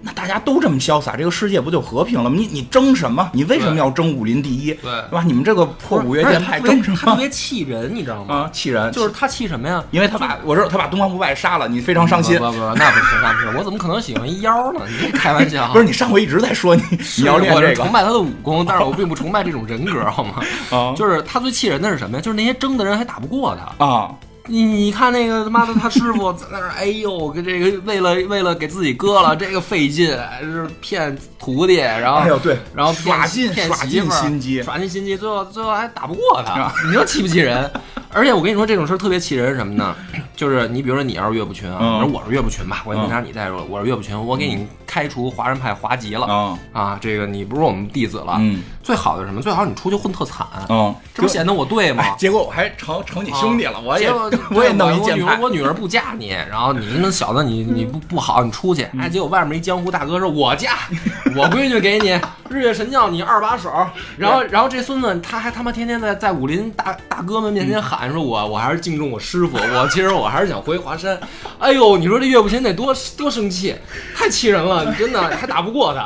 那大家都这么潇洒，这个世界不就和平了吗？你你争什么？你为什么要争武林第一？对对，吧？你们这个破五岳而且剑他派特别争什他特么别气人，你知道吗？啊？气人，就是他气什么呀？因为他把我说他把东方不败杀了，你非常伤心不。不不，那不是那不是，我怎么可能喜欢一妖呢？你别开玩笑啊。不是你上回一直在说你你要练我这是个崇拜他的武功，但是我并不崇拜这种人格，好吗？啊就是他最气人的是什么呀？就是那些争的人还打不过他。啊。你你看那个他妈的他师傅 在那儿，哎呦，跟这个为了为了给自己割了这个费劲，就是骗徒弟，然后哎呦对啊然后骗耍尽骗耍媳妇尽儿心机啊耍尽心机，最后最后还打不过他，你说气不气人？而且我跟你说这种事儿特别气人是什么呢？就是你比如说你要是岳不群啊，嗯你说我是岳不群吧，我也没拿你代入，我是岳不群，我给你开除华人派华籍了、啊啊，这个你不是我们弟子了。嗯最好的是什么？最好你出去混特惨，嗯，这不显得我对吗？哎结果我还成成你兄弟了，我也啊结 果我也弄一我剑女派儿，我女儿不嫁你，然后你那小子你你不不好，你出嗯去。哎，结果外面一江湖大哥说，我嫁， 我闺女给你，日月神教你二把手。然后然后这孙子他还他妈天天在在武林大大哥们面嗯前喊说，我我还是敬重我师傅，我其实我还是想回华山。哎呦，你说这岳不群得多多生气，太气人了，你真的还打不 过他，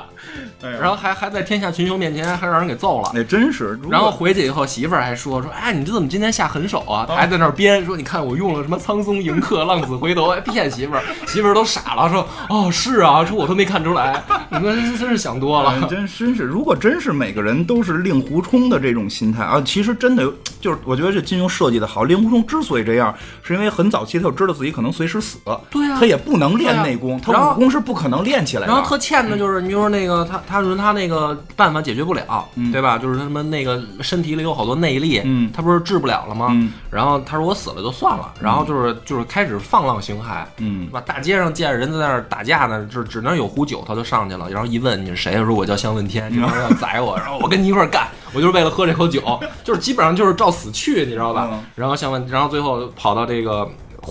哎呀然后还还在天下群雄面前还让人给揍了。那真是，如果然后回去以后，媳妇儿还说说，哎，你这怎么今天下狠手啊？还在那儿编说，你看我用了什么苍松迎客、浪子回头，还哎骗媳妇儿，媳妇儿都傻了，说哦是啊，说我都没看出来，你们真是想多嗯了。真真是，如果真是每个人都是令狐冲的这种心态啊，其实真的有就是，我觉得这金庸设计的好。令狐冲之所以这样，是因为很早期他就知道自己可能随时死，对啊他也不能练对啊内功，然他后武功是不可能练起来的。然后特欠的就是，你就说那个他，他说他那个办法解决不了，对吧？就是他什么那个身体里有好多内力，嗯他不是治不了了吗？嗯然后他说我死了就算了，然后就是就是开始放浪形骸，嗯对吧？大街上见着人在那儿打架呢，只只能有壶酒，他就上去了，然后一问你是谁，说我叫向问嗯天，这帮人要宰我，然后我跟你一块儿干，我就是为了喝这口酒，就是基本上就是照死去，你知道吧嗯？然后向问，然后最后跑到这个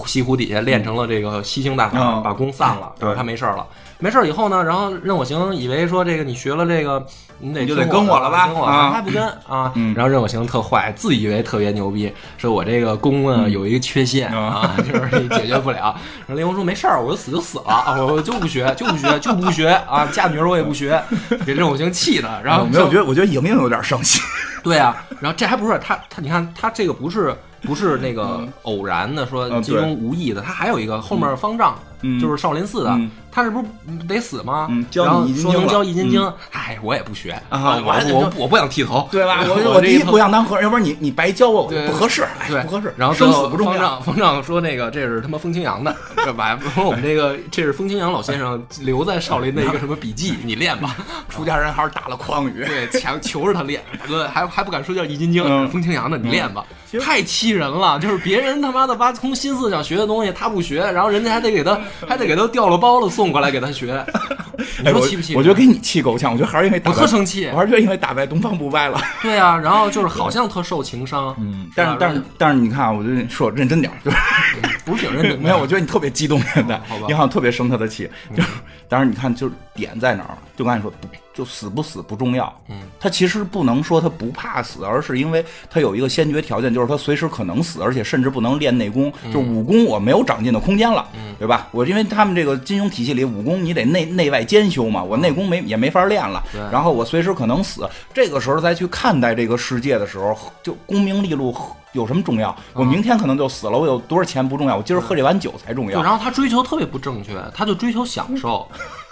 西湖底下练成了这个吸星大法，嗯把功散了，然后他没事儿了。没事儿以后呢，然后任我行以为说这个你学了这个，你得你就得听跟我我了吧听我的啊他不跟啊嗯。然后任我行特坏，自以为特别牛逼，说我这个功啊有一个缺陷嗯啊， 就是你解决不了。然后林红说没事儿，我就死就死了啊，我我就不学， 就不学，就不学啊，嫁女儿我也不 学，给任我行气的。然后啊没有，我觉得我觉得莹莹有点伤心。对啊，然后这还不是他他，你看他这个不是不是那个偶然的说嗯金庸无意的，他还有一个后面方丈嗯就是少林寺的嗯，他这不是得死吗嗯？教然后你易筋说经能了教易筋经，哎，我也不学啊我我我我不想剃 头，对吧？我我我这第一头不想当和尚，要不然你你白教我，我就对不合适，哎对，不合适。然后生最死后不重方要。丈方丈说那个这是他妈风清扬的，是吧？说我们这个这是风清扬老先生留在少林的一个什么笔记，你练吧。出家人还是打了诳语。对，强求着他练，大哥还还不敢说叫易筋经，嗯风清扬的，你练吧其。实太气人了，就是别人他妈的把从新思想学的东西他不学，然后人家还得给他还得给他掉了包了送过来给他学， 你哎，说我气不气人？啊我觉得给你气够呛，我觉得还是因为打我败特 生气我，还是觉得因为打败东方不败了。对啊，然后就是好像特受情伤，嗯但是但是但是，你看啊，我就跟你说认真点儿，就是不是挺认真的，没有，我觉得你特别激动，现在嗯好吧你好像特别生他的气。就是，当然你看，就是点在哪儿了？就刚才说，不就死不死不重要。嗯，他其实不能说他不怕死，而是因为他有一个先决条件，就是他随时可能死，而且甚至不能练内功，嗯就武功我没有长进的空间了，对吧？我因为他们这个金庸体系里，武功你得内内外兼修嘛，我内功没也没法练了啊对，然后我随时可能死。这个时候再去看待这个世界的时候，就功名利禄。有什么重要？我明天可能就死了，我有多少钱不重要，我今儿喝这碗酒才重要 对，。然后他追求特别不正确，他就追求享受。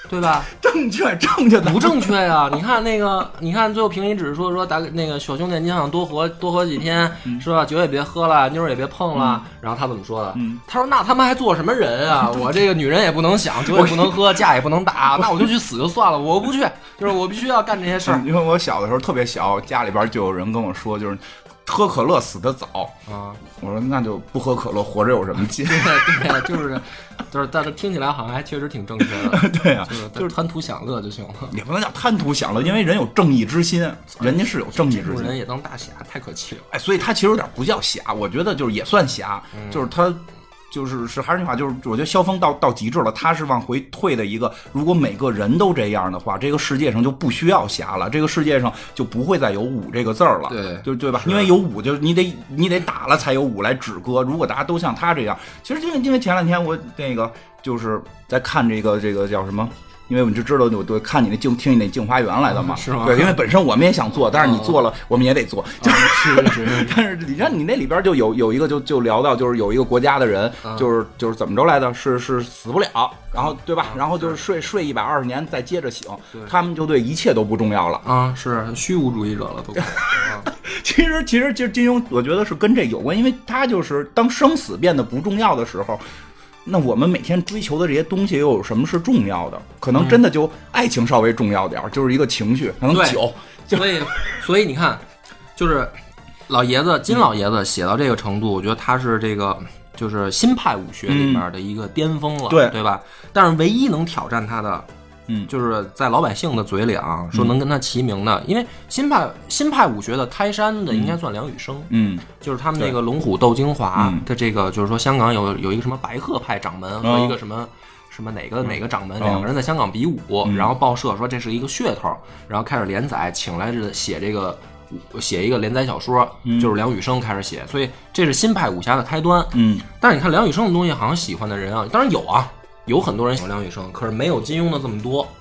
对吧？正确正确的不正确呀、 你看那个，你看最后评理只是说说打给那个小兄弟，你想多活多活几天是吧？酒也别喝了，妞儿也别碰了。然后他怎么说的？他说：“那他们还做什么人 啊？我这个女人也不能想，酒也不能 喝，架也不能打，那我就去死就算了，我不去，就是我必须要干这 些事儿。因为我小的时候特别小，家里边就有人跟我说，就是喝可乐死得早。啊，我说那就不喝可乐，活着有什么 劲？对对呀，就是就是，但是听起来好像还确实挺正确 的，对啊，就是就是贪图享乐就行了。也不能叫贪图享乐，因为人有正义之心，人家是有正义这之种心。人也当大侠，太可气了。哎，所以他其实有点不叫侠，我觉得就是也算侠，嗯就是他。就是是还是那句话，就是我觉得萧峰到到极致了，他是往回退的一个。如果每个人都这样的话，这个世界上就不需要侠了，这个世界上就不会再有武这个字儿了，对就对吧？因为有武，就是你得你得打了才有武来止戈。如果大家都像他这样，其实因为因为前两天我那个就是在看这个这个叫什么，因为我们就知道我我看你那镜听你那镜花缘来的嘛，嗯是吗哦对，因为本身我们也想做，但是你做了，我们也得做，就啊是是，但是你看你那里边就有有一个就就聊到就是有一个国家的人，就是就是怎么着来的，是是死不了，然后嗯对吧？然后就是睡睡一百二十年再接着醒，他们就对一切都不重要了。 啊，是虚无主义者了都。啊其实其实其实金庸我觉得是跟这有关，因为他就是当生死变得不重要的时候。那我们每天追求的这些东西又有什么是重要的？可能真的就爱情稍微重要点儿，就是一个情绪，可能对酒，所以，所以你看，就是老爷子金老爷子写到这个程度，我觉得他是这个就是新派武学里面的一个巅峰了，嗯对吧？但是唯一能挑战他的，嗯就是在老百姓的嘴里啊，说能跟他齐名的，因为新派新派武学的开山的应该算梁羽生，嗯，就是他们那个龙虎斗精华嗯的这个，就是说香港有有一个什么白鹤派掌门和一个什么。什么哪个哪个掌门两个人在香港比武，然后报社说这是一个噱头，然后开始连载，请来这写这个写一个连载小说，就是梁羽生开始写，所以这是新派武侠的开端。嗯，但是你看梁羽生的东西，好像喜欢的人啊，当然有啊，有很多人喜欢梁羽生，可是没有金庸的这么多。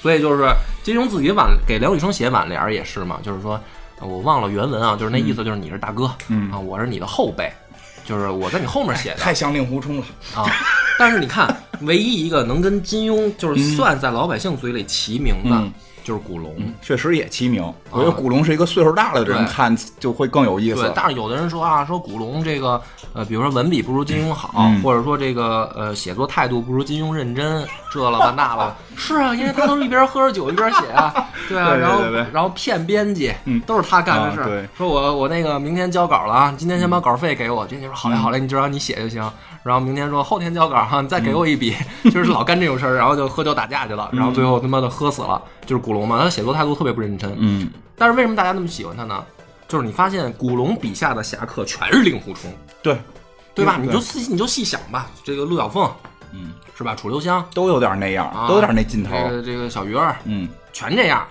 所以就是金庸自己挽给梁羽生写挽联儿也是嘛，就是说呃我忘了原文啊，就是那意思就是你是大哥，啊，我是你的后辈，就是我在你后面写的。嗯太像令狐冲了。啊。 但是你看，唯一一个能跟金庸就是算在老百姓嘴里齐名的，嗯就是古龙。确实也齐名。我觉得古龙是一个岁数大了的人啊对看就会更有意对思，。但是有的人说啊，说古龙这个，呃，比如说文笔不如金庸好，嗯或者说这个呃写作态度不如金庸认真，这了吧 那了，是啊，因为他都是一边喝着酒一边写 啊，对啊，对对然后对对然后骗编辑，嗯都是他干的事啊儿、对嗯说我我那个明天交稿了啊，今天先把稿费给我，编辑说好嘞好嘞，你就让你写就行，然后明天说后天交稿哈，你再给我一笔，嗯 就是老干这种事儿，然后就喝酒打架去了，然后最后他妈的喝死了，就是古龙嘛，他写作态度特别不认真，嗯，但是为什么大家那么喜欢他呢？就是你发现古龙笔下的侠客全是令狐冲，对，对吧？嗯对你就细你就细想吧，这个陆小凤，嗯，是吧？楚留香，都有点那样，啊都有点那劲这头。个这个小鱼儿，嗯，全这样，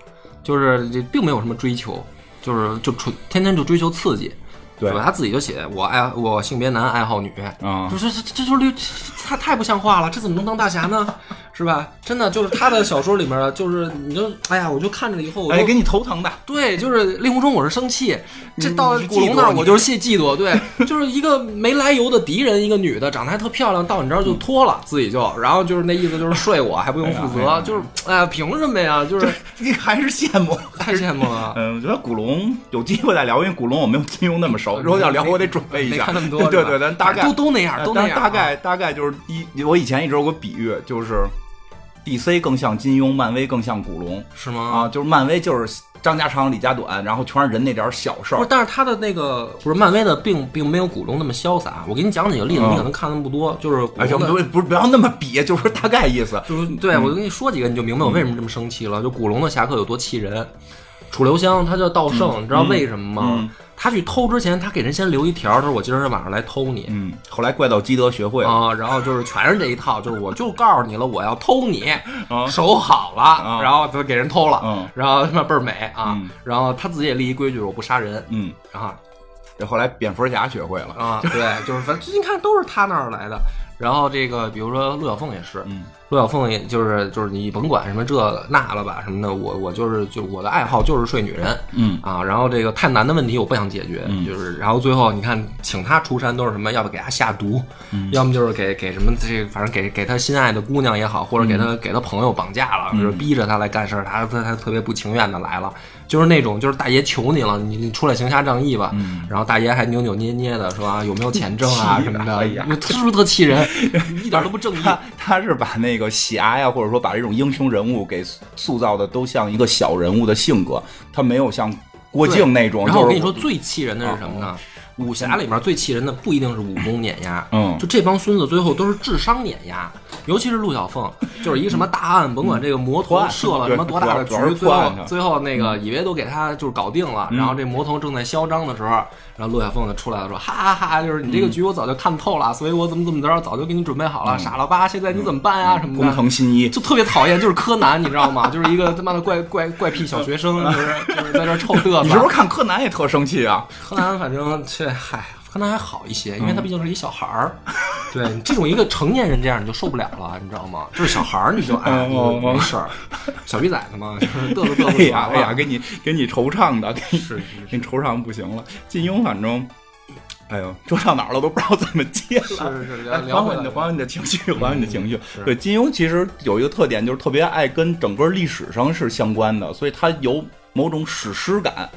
就是这并没有什么追求，就是就纯天天就追求刺激，对吧？他自己就写我爱我性别男，爱好女，啊就是这这这就是绿，他太不像话了，这怎么能当大侠呢？是吧？真的就是他的小说里面，就是你就哎呀，我就看着以后，我就哎，给你头疼的。对，就是令狐冲，我是生气；这嗯到你是古龙嫉妒那儿，你我就是嫉嫉妒。对，就是一个没来由的敌人，一个女的，长得还特漂亮，到你这儿就脱了，自己就，然后就是那意思就是睡我，还不用负嗯哎呀哎责，就是哎呀，凭什么呀？就是 你还是羡慕。太羡慕 了。嗯，我觉得古龙有机会再聊，因为古龙我没有金庸那么熟。如果要聊，我得准备一啊没下。看那么多， 对是吧对，咱大概都都那样，都那但样，啊大概大概就是一，我以前一直有个比喻，就是 DC 更像金庸，漫威更像古龙是吗？啊，就是漫威就是张家长、李家短，然后全是人那点儿小事不儿是，。但是他的那个不是漫威的，并并没有古龙那么潇洒。我给你讲几个例子，嗯你可能看的不多，就是古哎，就龙的不不是不要那么比，就是大概意思。就是对我跟你说几个，你就明白我为嗯什么这么生气了。就古龙的侠客有多气人，楚留香他叫道圣，嗯你知道为什么吗？他去偷之前，他给人先留一条，他说我今儿晚上来偷你。嗯，后来怪盗基德学会了，啊、然后就是全是这一套，就是我就告诉你了，我要偷你，啊守好了，啊然后就给人偷了，嗯然后他妈倍儿美啊，嗯然后他自己也立一规矩，我不杀人嗯，啊这后来蝙蝠侠学会了，啊，对，就是反正你看都是他那儿来的，然后这个比如说陆小凤也是，嗯陆小凤也就是就是你甭管什么这那了吧什么的，我我就是就我的爱好就是睡女人，嗯啊，然后这个太难的问题我不想解决，就是然后最后你看请他出山都是什么，要不给他下毒，嗯要么就是给给什么这反正给给他心爱的姑娘也好，或者给他、嗯给他朋友绑架了，就是逼着他来干事儿，他他他特别不情愿的来了。就是那种，就是大爷求你了，你你出来行侠仗义吧。然后大爷还扭扭捏捏的说啊，有没有钱挣啊嗯 气什么哎的，呀是不是特 气人？一点都不正义。他他是把那个侠呀，或者说把这种英雄人物给塑造的都像一个小人物的性格，他没有像郭对靖那种。然后我就是哦跟你说，，最气人的是什么呢？武侠里面最气人的不一定是武功碾压，嗯就这帮孙子最后都是智商碾压，尤其是陆小凤，就是一个什么大案，甭管这个魔破头案设了什么多大的嗯对主要局，是嗯最破后案去最后那个以为都给他就是搞定了，嗯然后这魔头正在嚣张的时候，然后陆小凤就出来了说，哈哈哈，就是嗯你这个局我早就看透了，所以我怎么怎么着，早就给你准备好了，傻了吧，现在你怎么办啊什么嗯的，工藤新一就特别讨厌，就是柯南，你知道吗？就是一个他妈的怪怪怪癖小 学生，就是就是在这儿臭嘚瑟。你是不是看柯南也特生气啊？柯南反正这嗨，柯南还好一些，因嗯为他毕竟是一小 孩儿。对，这种一个成年人这样你就受不了了，你知道吗？就是小孩儿你就哎嗯嗯没事儿，小逼崽子嘛，就是嘚瑟 嘚瑟哎就呀完哎呀，了。给你给你惆怅的，给你啊是是给你惆怅不行了。金庸反正，哎呦，说到哪儿了都不知道怎么接了。是是，哎聊缓缓你聊回来嗯的，缓缓你的情绪，缓缓你的情绪。是对，金庸其实有一个特点，就是特别爱跟整个历史上是相关的，所以他有某种史诗感，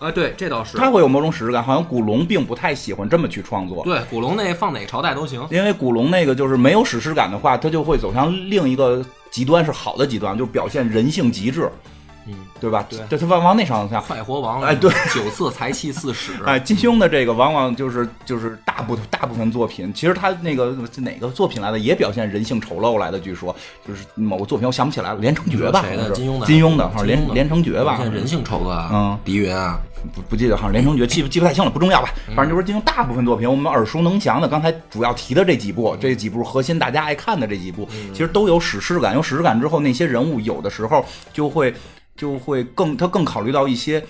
啊，对，这倒是。他会有某种史诗感。好像古龙并不太喜欢这么去创作，对，古龙那放哪个朝代都行。因为古龙那个就是没有史诗感的话，他就会走向另一个极端，是好的极端，就是表现人性极致，嗯，对吧？对对，他往往那上下。快活王，哎对，酒色财气四史。 哎，金庸的这个往往就是就是大部大部分作品，其实他那个哪个作品来的也表现人性丑陋来的，据说就是某个作品我想不起来了，《连城诀》吧，好谁的？像是金庸的，金庸的，好像《金庸连的连城诀》吧表，现人性丑恶啊，嗯狄云啊，不不记得，好像《连城诀》记不记不太清了，不重要吧。嗯反正就是金庸大部分作品，我们耳熟能详的，刚才主要提的这几嗯部，这几部核心大家爱看的这几部，其实都有史诗感。有史诗感之后，那些人物有的时候就会就会更他更考虑到一些。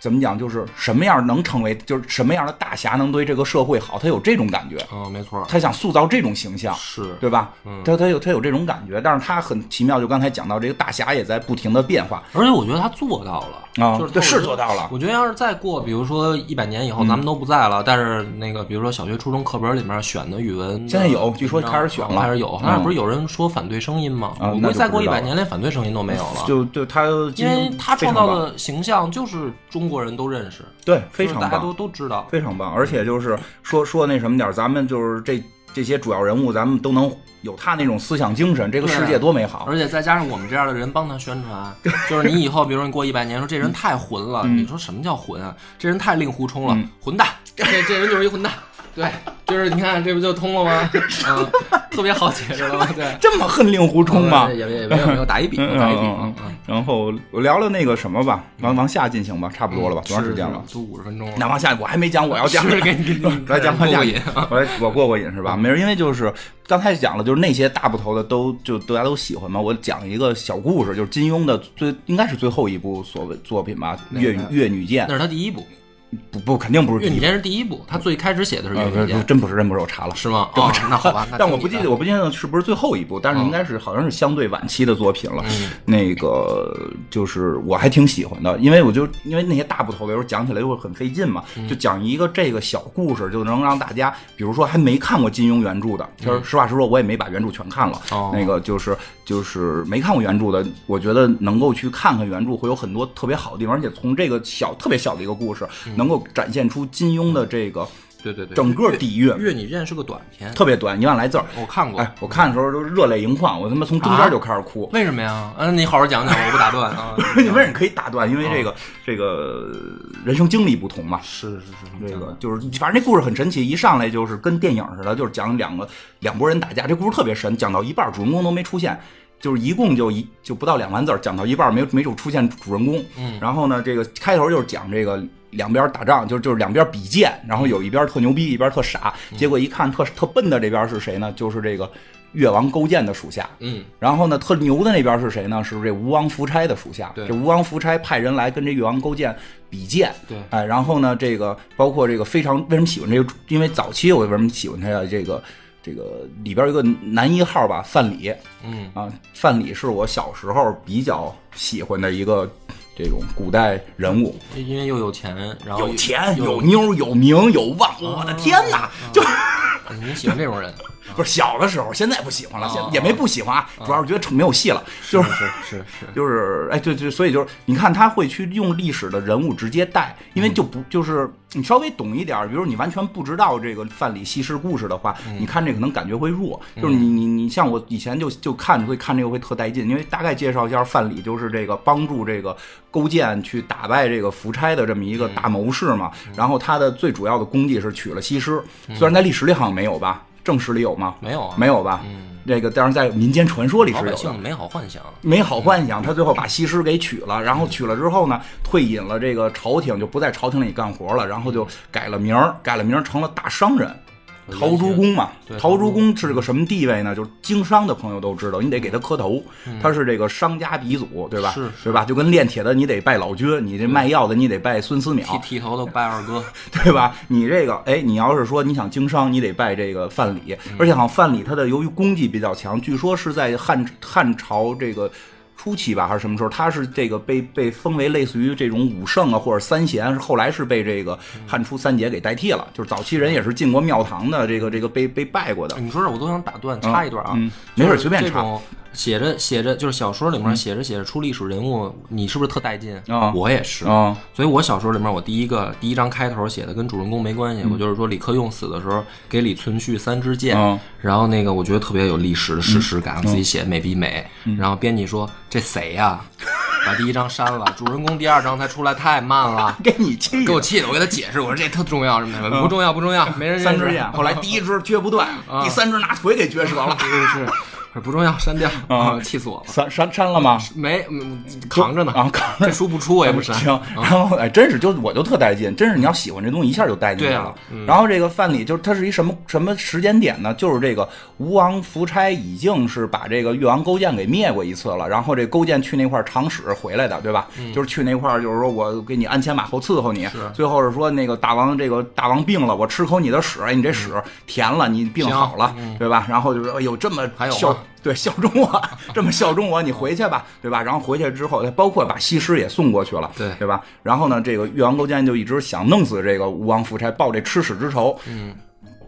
怎么讲？就是什么样能成为，就是什么样的大侠能对这个社会好，他有这种感觉，嗯，没错，他想塑造这种形象。是对吧嗯？他他有他有这种感觉，但是他很奇妙，就刚才讲到这个大侠也在不停的变化而且我觉得他做到了啊就是，对他是做到了，我觉得要是再过，比如说一百年以嗯后，咱们都不在了，但是那个，比如说小学、初中课本里面选的语文，现在有据说开始选了哦开始有。嗯那不是有人说反对声音吗？啊我估那计就再不过一知道百年，连反对声音都没有了。就就他因为他非常创造棒的形象就是中国人都认识，对非就是常大家棒都，都知道。非常棒，而且就是说说那什么点儿，咱们就是这这些主要人物，咱们都能有他那种思想精神，这个对啊世界多美好。而且再加上我们这样的人帮他 宣传，就是你以后，比如说你过一百年，说这人太混了，嗯你说什么叫混啊？这人太令狐冲了，混蛋， 这这人就是一混蛋。对，就是你看这不就通了 吗？嗯，特别好解释了吗？对，这么恨令狐冲吗？也也没有没有打一比，嗯打一比嗯嗯嗯，然后我聊聊那个什么吧，往往下进行吧，差不多了吧？多长时间了？都五十分钟那了。往下我还没讲，我要讲。嗯是给你给你来讲过往下过瘾。啊嗯我来我过过瘾是吧？没事，因为就是刚才讲了，就是那些大部头的都就大家都喜欢嘛。我讲一个小故事，就是金庸的最应该是最后一部所谓作品吧，《哪越个越女剑那》是他第一部，不不肯定不是第越一女部，剑是第一部，他最开始写的是越呃女不不剑，真不是真不是，我查了。是吗？哦，那好吧，那但听我你不记的嗯得，我不记得是不是最后一部，但是应该是好像是相对晚期的作品了。那个就是我还挺喜欢的，因为我就因为那些大部头的有时候讲起来就会很费劲嘛，嗯就讲一个这个小故事，就能让大家，比如说还没看过金庸原著的，其实实话实说，我也没把原著全看了。嗯哦那个就是就是没看过原著的，我觉得能够去看看原著，会有很多特别好的地方，而且从这个小特别小的一个故事，能够展现出金庸的这个对嗯对对，整个底蕴。 越女剑是个短片，特别短，一万来字儿，我看过哎，，我看的时候都热泪盈眶，我他妈从中间就开始哭。 为什么呀？嗯，你好好讲讲，我不打断啊。你为什么可以打断？因为这个、这个人生经历不同嘛。是是是，这个就是，反正这故事很神奇，一上来就是跟电影似的，就是讲两个两拨人打架。这故事特别神，讲到一半儿主人公都没出现，就是一共就一就不到两万字儿，讲到一半儿没有没有出现主人公。嗯然后呢，这个开头就是讲这个两边打仗，就是就是两边比剑，然后有一边特牛逼，一边特傻。嗯结果一看特特笨的这边是谁呢？就是这个越王勾践的属下。嗯，然后呢，特牛的那边是谁呢？是这吴王夫差的属下。对这吴王夫差派人来跟这越王勾践比剑。对哎，然后呢，这个包括这个非常为什么喜欢这个？因为早期我为什么喜欢他呀？这个这个里边有一个男一号吧，范蠡嗯啊，范蠡是我小时候比较喜欢的一个这种古代人物，因为又有钱，然后哦有钱又有哦妞有名有望，我的天哪！就是你喜欢这种人，不是小的时候，现在不喜欢了，啊现在也没不喜欢啊，主要是觉得没有戏了， 就是是是是，就是哎，对对，所以就是你看他会去用历史的人物直接带，因为就不就是你稍微懂一点儿，比如你完全不知道这个范蠡西施故事的话，嗯你看这可能感觉会弱。就是你你你像我以前就就看会看这个会特带劲，因为大概介绍一下范蠡就是这个帮助这个勾践去打败这个夫差的这么一个嗯大谋士嘛，然后他的最主要的功绩是娶了西施，虽然在历史里好像没有吧，正史里有吗？嗯没有啊，没有吧？这个当然在民间传说里是老有百的。姓的美好幻想，美好幻想，他最后把西施给娶了，然后娶了之后呢，退隐了这个朝廷，就不在朝廷里干活了，然后就改了名儿，改了名儿成了大商人。有陶朱原型公嘛对，陶朱公是个什么地位呢？就是经商的朋友都知道，你得给他磕头，他是这个商家鼻祖，对吧？嗯是是对吧？就跟炼铁的你得拜老君，你这卖药的你得拜孙思邈，剃剃头的拜二哥，对吧？你这个，哎，你要是说你想经商，你得拜这个范蠡，而且好像范蠡他的由于功绩比较强，据说是在汉汉朝这个。初期吧，还是什么时候？他是这个被被封为类似于这种武圣啊，或者三贤，后来是被这个汉初三杰给代替了。就是早期人也是进过庙堂的，这个这个被被拜过的。你说这我都想打断插一段啊，嗯没事就是随便插嗯这种写着写着就是小说里面写着写着出历史人物，你是不是特带劲啊我也是，啊所以我小说里面我第一个第一章开头写的跟主人公没关系，我就是说李克用死的时候给李存勖三支箭，嗯然后那个我觉得特别有历史的史诗感，我自己写的美逼美，然后编辑说这谁呀、把第一章删了，主人公第二章才出来太慢 了。嗯给你气给的我气的，我给他解释，我说这特重要什么的，不重要不重要，没人认识三支箭，后来第一支撅不断，第三支拿腿给撅折了。 是是是不重要，删掉啊， 气死我了，删删删了吗？没嗯扛着呢嗯啊，扛着这书不出我也不删，行，然后哎，真是就我就特带劲，真是你要喜欢这东西，一下就带进去对了。啊然后这个范蠡就是他是一什么什么时间点呢？就是这个吴王夫差已经是把这个越王勾践给灭过一次了，然后这勾践去那块儿长使回来的，对吧？嗯就是去那块儿，就是说我给你鞍前马后伺候你，最后是说那个大王这个大王病了，我吃口你的屎，哎你这屎甜了，你病嗯行嗯好了，对吧？然后就说哎呦这么还有吗效对，效忠我，这么效忠我，你回去吧，对吧？然后回去之后，包括把西施也送过去了，对对吧？然后呢，这个越王勾践就一直想弄死这个吴王夫差，报这吃屎之仇。嗯，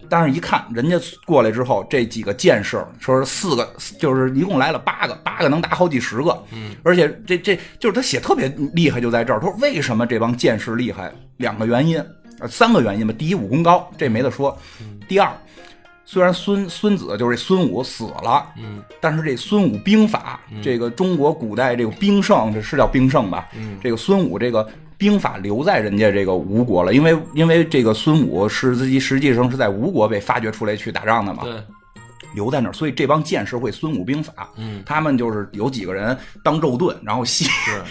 但是一看人家过来之后，这几个剑士说是四个，就是一共来了八个，八个能打好几十个。嗯，而且这这就是他写特别厉害，就在这儿，他说为什么这帮剑士厉害？两个原因，呃，三个原因吧。第一，武功高，这没得说。第二。虽然孙孙子就是这孙武死了，嗯，但是这孙武兵法，这个中国古代这个兵圣，这是叫兵圣吧？嗯，这个孙武这个兵法留在人家这个吴国了，因为因为这个孙武是自己实际上是在吴国被发掘出来去打仗的嘛，对，留在那儿，所以这帮剑士会孙武兵法，嗯，他们就是有几个人当肉盾，然后吸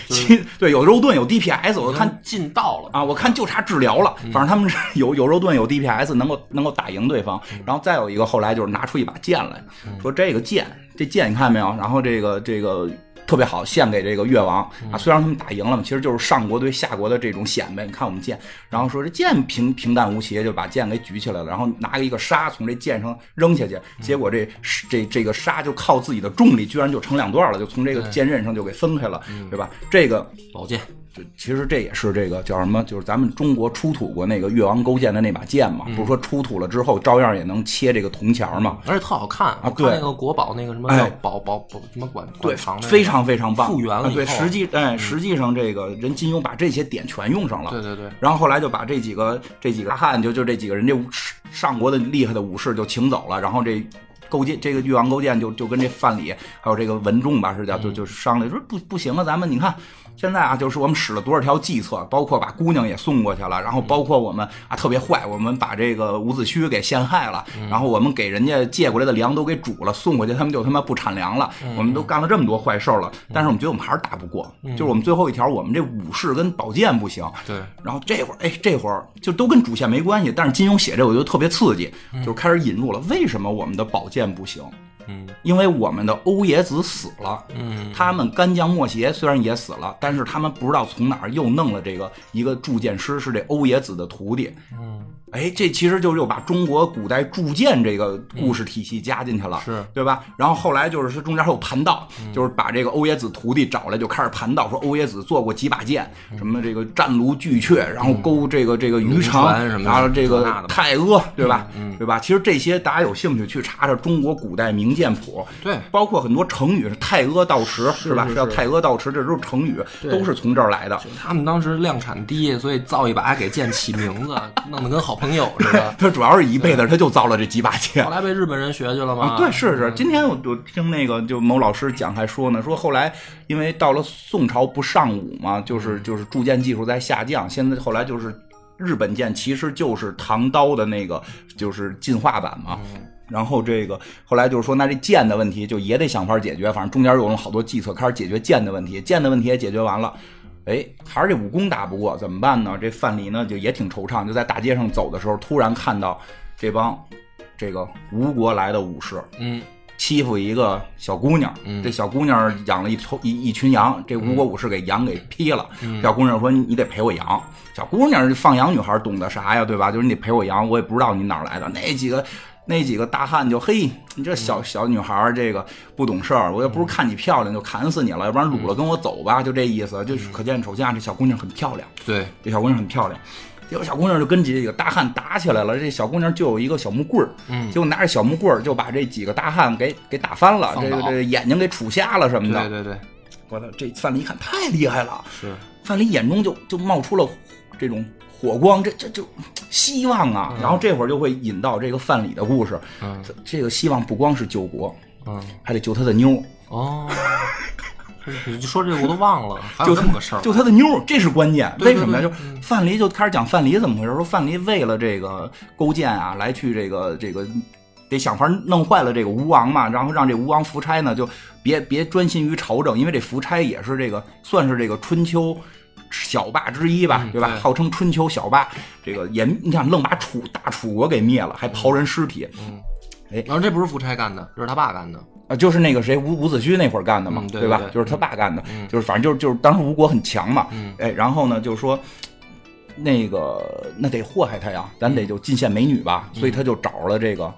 就是吸，对，有肉盾，有 DPS，我看进到了，啊，我看就差治疗了，反正他们是有有肉盾有 DPS 能够能够打赢对方，然后再有一个后来就是拿出一把剑来说这个剑这剑你看没有？然后这个这个特别好，献给这个越王啊，虽然他们打赢了嘛，其实就是上国对下国的这种显摆。你看我们剑，然后说这剑平平淡无奇，就把剑给举起来了，然后拿一个沙从这剑上扔下去，结果这这这个沙就靠自己的重力，居然就成两段了，就从这个剑刃上就给分开了，对吧？这个。宝剑，就其实这也是这个叫什么，就是咱们中国出土过那个越王勾践的那把剑嗯嘛，不是说出土了之后照样也能切这个铜钱儿嘛？而且特好看我看啊对那个国宝那个什么哎叫宝宝宝什么馆馆藏那个非常非常棒，复原啊了以对，后嗯实际哎，实际上这个人金庸把这些点全用上了。对对对，然后后来就把这几个这几个大汉，就就这几个人，这武士上国的厉害的武士就请走了。然后这勾践，这个越王勾践就就跟这范蠡还有这个文仲吧，是叫就就商量说不不行啊，咱们你看现在啊，就是我们使了多少条计策，包括把姑娘也送过去了，然后包括我们啊特别坏，我们把这个伍子胥给陷害了，然后我们给人家借过来的粮都给煮了，送回去他们就他妈不产粮了。我们都干了这么多坏事儿了，但是我们觉得我们还是打不过，就是我们最后一条，我们这武士跟宝剑不行。对，然后这会儿，哎，这会儿就都跟主线没关系，但是金庸写这我觉得特别刺激，就是开始引入了为什么我们的宝剑不行，嗯因为我们的欧冶子死了，嗯，他们干将莫邪虽然也死了，但是他们不知道从哪儿又弄了这个一个铸剑师是这欧冶子的徒弟，嗯，哎，这其实就又把中国古代铸剑这个故事体系加进去了，是嗯对吧？然后后来就是中间还有盘道，就是把这个欧冶子徒弟找来就开始盘道，说欧冶子做过几把剑，什么这个战卢巨阙，然后勾这个这个鱼肠，嗯啊龙船什么的然后这这那的嗯个吧太阿，对吧？对吧？其实这些大家有兴趣去查查中国古代名剑谱，对包括很多成语是太阿道持，是吧？是叫是太阿道持，这都是成语，对都是从这儿来的。他们当时量产低，所以造一把给剑起名字，弄得跟好朋友似的。他主要是一辈子他就造了这几把剑后。来被日本人学去了啊嘛？，对，是是。今天我我听那个就某老师讲还说呢，说后来因为到了宋朝不尚武嘛，就是就是铸剑技术在下降，现在后来就是日本剑其实就是唐刀的那个就是进化版嘛。然后这个后来就是说，那这剑的问题就也得想法解决，反正中间有用好多计策开始解决剑的问题，剑的问题也解决完了。哎，还是这武功打不过，怎么办呢？这范蠡呢就也挺惆怅，就在大街上走的时候，突然看到这帮这个吴国来的武士嗯，欺负一个小姑娘，这小姑娘养了一头一一群羊，这吴国武士给羊给劈了。小姑娘说：“你得赔我羊。”小姑娘放羊女孩懂得啥呀，对吧？就是你得赔我羊，我也不知道你哪儿来的。那几个那几个大汉就嘿，你这小小女孩儿这个不懂事儿，我又不是看你漂亮就砍死你了，要不然掳了跟我走吧，就这意思。就是可见，首先啊，这小姑娘很漂亮。对，这小姑娘很漂亮。结果小姑娘就跟几个大汉打起来了，这小姑娘就有一个小木棍儿，嗯，结果拿着小木棍儿就把这几个大汉给给打翻了，放这倒个这个眼睛给杵瞎了什么对的。对对，我操，这范蠡一看太厉害了，是，范蠡眼中就就冒出了这种火光，这这就希望啊。然后这会儿就会引到这个范蠡的故事，嗯这这个希望不光是救国，嗯，还得救他的妞儿。哦，你说这个我都忘了，还有这么个事儿。就他的妞儿，这是关键。对为什么呀？对嗯就范蠡就开始讲范蠡怎么回事，说范蠡为了这个勾践啊，来去这个这个。得想法弄坏了这个吴王嘛，然后让这吴王夫差呢，就别别专心于朝政，因为这夫差也是这个算是这个春秋小霸之一吧，对吧？嗯对号称春秋小霸，这个也你想愣把楚大楚国给灭了，还刨人尸体，然后这不是夫差干的，这是他爸干的。啊，就是那个谁伍伍子胥那会儿干的嘛，嗯对吧对？对就是他爸干的，就是反正就是就是当时吴国很强嘛，嗯哎，然后呢就说。那个，那得祸害他呀，咱嗯得就进献美女吧，所以他就找了这个